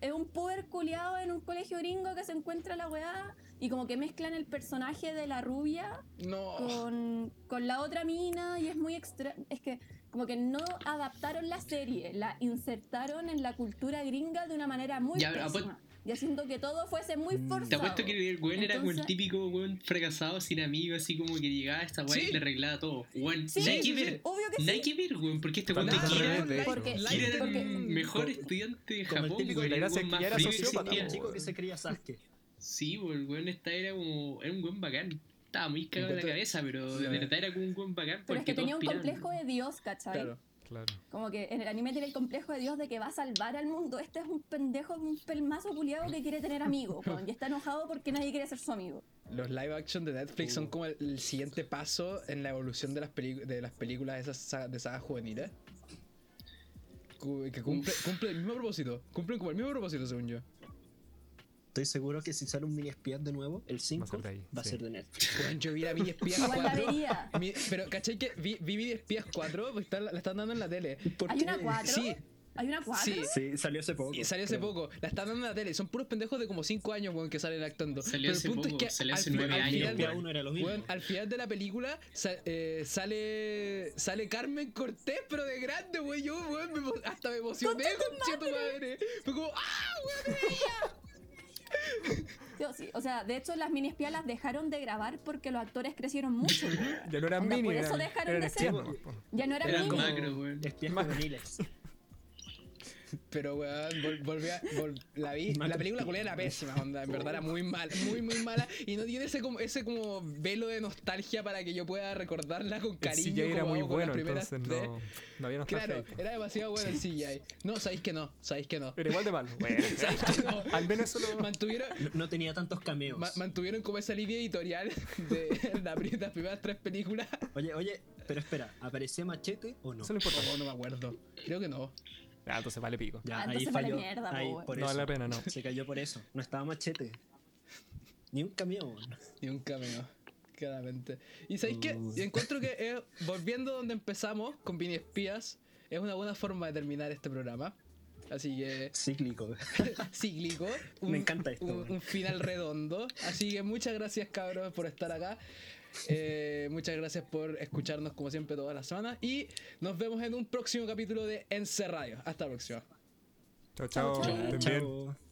Speaker 2: es un puber culiado en un colegio gringo que se encuentra la weá y como que mezclan el personaje de la rubia Oh.
Speaker 1: No.
Speaker 2: con, con la otra mina y es muy extra... Es que como que no adaptaron la serie, la insertaron en la cultura gringa de una manera muy
Speaker 5: Ya, pero
Speaker 2: pésima. Y haciendo que todo fuese muy
Speaker 4: Mm.
Speaker 2: forzado.
Speaker 5: Te apuesto que el weón era como el
Speaker 2: Entonces-
Speaker 5: típico weón fracasado sin amigos, así como que llegaba a esta weá
Speaker 1: Sí.
Speaker 5: y le arreglaba todo. Weón,
Speaker 2: Sí,
Speaker 5: nada
Speaker 1: sí,
Speaker 5: que
Speaker 1: sí.
Speaker 5: ver.
Speaker 2: Obvio que
Speaker 5: Nada
Speaker 2: sí.
Speaker 5: que ver, weón, porque este weón de
Speaker 3: Totalmente al
Speaker 5: Kira
Speaker 3: revés, de hecho.
Speaker 2: porque-
Speaker 5: Kira era
Speaker 2: porque-
Speaker 3: Mm,
Speaker 5: el mejor
Speaker 4: Como-
Speaker 5: estudiante de
Speaker 4: como el
Speaker 5: Japón,
Speaker 4: típico
Speaker 3: de
Speaker 5: weón,
Speaker 3: la
Speaker 5: el
Speaker 3: gracia
Speaker 5: weón
Speaker 3: que
Speaker 5: más
Speaker 3: ya era
Speaker 5: frío que
Speaker 3: sociópata,
Speaker 5: existía.
Speaker 4: El chico que se creía Sasuke.
Speaker 5: Sí, bo, el weón esta era como. Era un weón bacán. Estaba muy cagado de la
Speaker 1: Encuentro-
Speaker 5: cabeza, pero de
Speaker 1: Ya.
Speaker 5: verdad era como un weón bacán
Speaker 2: Pero
Speaker 5: porque
Speaker 2: es que
Speaker 5: todos
Speaker 2: tenía un
Speaker 5: piraban.
Speaker 2: complejo de Dios, ¿cachai?
Speaker 1: Claro.
Speaker 3: Claro.
Speaker 2: Como que en el anime tiene el complejo de Dios de que va a salvar al mundo. Este es un pendejo, un pelmazo culiado que quiere tener amigos, weón, y está enojado porque nadie quiere ser su amigo.
Speaker 1: Los live action de Netflix son como el, el siguiente paso en la evolución de las, pelicu- de las películas de esas sa- de sagas juveniles. Cu- Que cumple, cumple el mismo propósito. Cumplen como el mismo propósito, según yo.
Speaker 4: Estoy seguro que si sale un mini espía de nuevo, el 5
Speaker 3: ser de ahí,
Speaker 4: va a
Speaker 3: sí.
Speaker 4: ser de Netflix.
Speaker 1: Weón, yo vi la Mini Espías
Speaker 2: Igual la
Speaker 1: 4.
Speaker 2: vería.
Speaker 1: Mi- pero, ¿cachai que vi, vi Mini Espías 4? Porque pues, está- la están dando en la tele.
Speaker 4: ¿Por
Speaker 2: ¿Hay
Speaker 4: qué?
Speaker 2: una cuatro?
Speaker 1: Sí.
Speaker 2: ¿Hay una cuatro?
Speaker 1: Sí.
Speaker 4: Sí, salió hace poco.
Speaker 1: Y salió hace
Speaker 4: creo.
Speaker 1: poco, la están dando en la tele, son puros pendejos de como 5 años, weón, que salen actuando. Pero
Speaker 5: Salió
Speaker 1: el
Speaker 5: hace
Speaker 1: punto
Speaker 5: poco,
Speaker 1: es que
Speaker 5: salió
Speaker 1: al
Speaker 5: hace
Speaker 1: fi-
Speaker 5: nueve
Speaker 1: al
Speaker 5: años,
Speaker 1: final de-
Speaker 4: Espía 1 era lo mismo.
Speaker 1: weón, al final de la película sa- eh, sale sale Carmen Cortés, pero de grande, weón. Yo, weón, me emo- hasta me emocioné, concha tu madre. Fue como, ¡ah!
Speaker 2: Yo sí. O sea, de hecho, las mini espías las dejaron de grabar porque los actores crecieron mucho. weón.
Speaker 3: Ya no eran
Speaker 2: Anda,
Speaker 3: mini,
Speaker 2: por eso
Speaker 3: eran,
Speaker 2: dejaron
Speaker 3: eran
Speaker 2: de ser-
Speaker 3: espías, po.
Speaker 2: Ya no eran
Speaker 5: Eran
Speaker 2: mini.
Speaker 5: macro, weón.
Speaker 4: Espías
Speaker 3: Más-
Speaker 4: juveniles.
Speaker 1: Pero, weón, vol- volví a- vol- la, vi, la película culé era pésima, onda. En verdad era muy mala, muy, muy mala. Y no tiene ese como, ese como velo de nostalgia para que yo pueda recordarla con
Speaker 3: El
Speaker 1: cariño.
Speaker 3: CGI era
Speaker 1: como
Speaker 3: muy
Speaker 1: hago con
Speaker 3: bueno,
Speaker 1: las primeras
Speaker 3: entonces
Speaker 1: tres.
Speaker 3: no, no había nostalgia.
Speaker 1: Claro,
Speaker 3: ahí.
Speaker 1: era demasiado bueno el CGI. No, sabéis que no, sabéis que no.
Speaker 3: Era igual de malo. Bueno,
Speaker 1: Sabéis que no.
Speaker 3: al menos eso lo...
Speaker 1: Mantuvieron,
Speaker 4: No, no tenía tantos cameos.
Speaker 1: ma- mantuvieron como esa línea editorial de la pri- las primeras tres películas.
Speaker 4: Oye, oye, pero espera, ¿aparecía Machete o no?
Speaker 3: Eso no importa.
Speaker 1: Oh, no me acuerdo. Creo que no.
Speaker 3: Ah, entonces vale pico.
Speaker 2: Ah,
Speaker 4: Ya, ahí
Speaker 2: entonces vale
Speaker 4: falló.
Speaker 2: mierda, po,
Speaker 4: ahí,
Speaker 2: weón.
Speaker 4: por
Speaker 3: No
Speaker 4: eso.
Speaker 3: vale la pena, no.
Speaker 4: Se cayó por eso. No estaba Machete. Ni un cameo. weón.
Speaker 1: Y un cameo, claramente. Y sabéis que
Speaker 4: Uy.
Speaker 1: encuentro que eh, volviendo donde empezamos con Vini Espías, es una buena forma de terminar este programa. Así que
Speaker 4: Cíclico.
Speaker 1: cíclico,
Speaker 4: Me encanta esto,
Speaker 1: un,
Speaker 4: weón.
Speaker 1: un final redondo. Así que muchas gracias cabros por estar acá. Eh, muchas gracias por escucharnos como siempre todas las semanas y nos vemos en un próximo capítulo de Encerradio. Hasta la próxima.
Speaker 3: Chao, chao.
Speaker 2: Chao,
Speaker 3: Estén bien.
Speaker 4: Chao.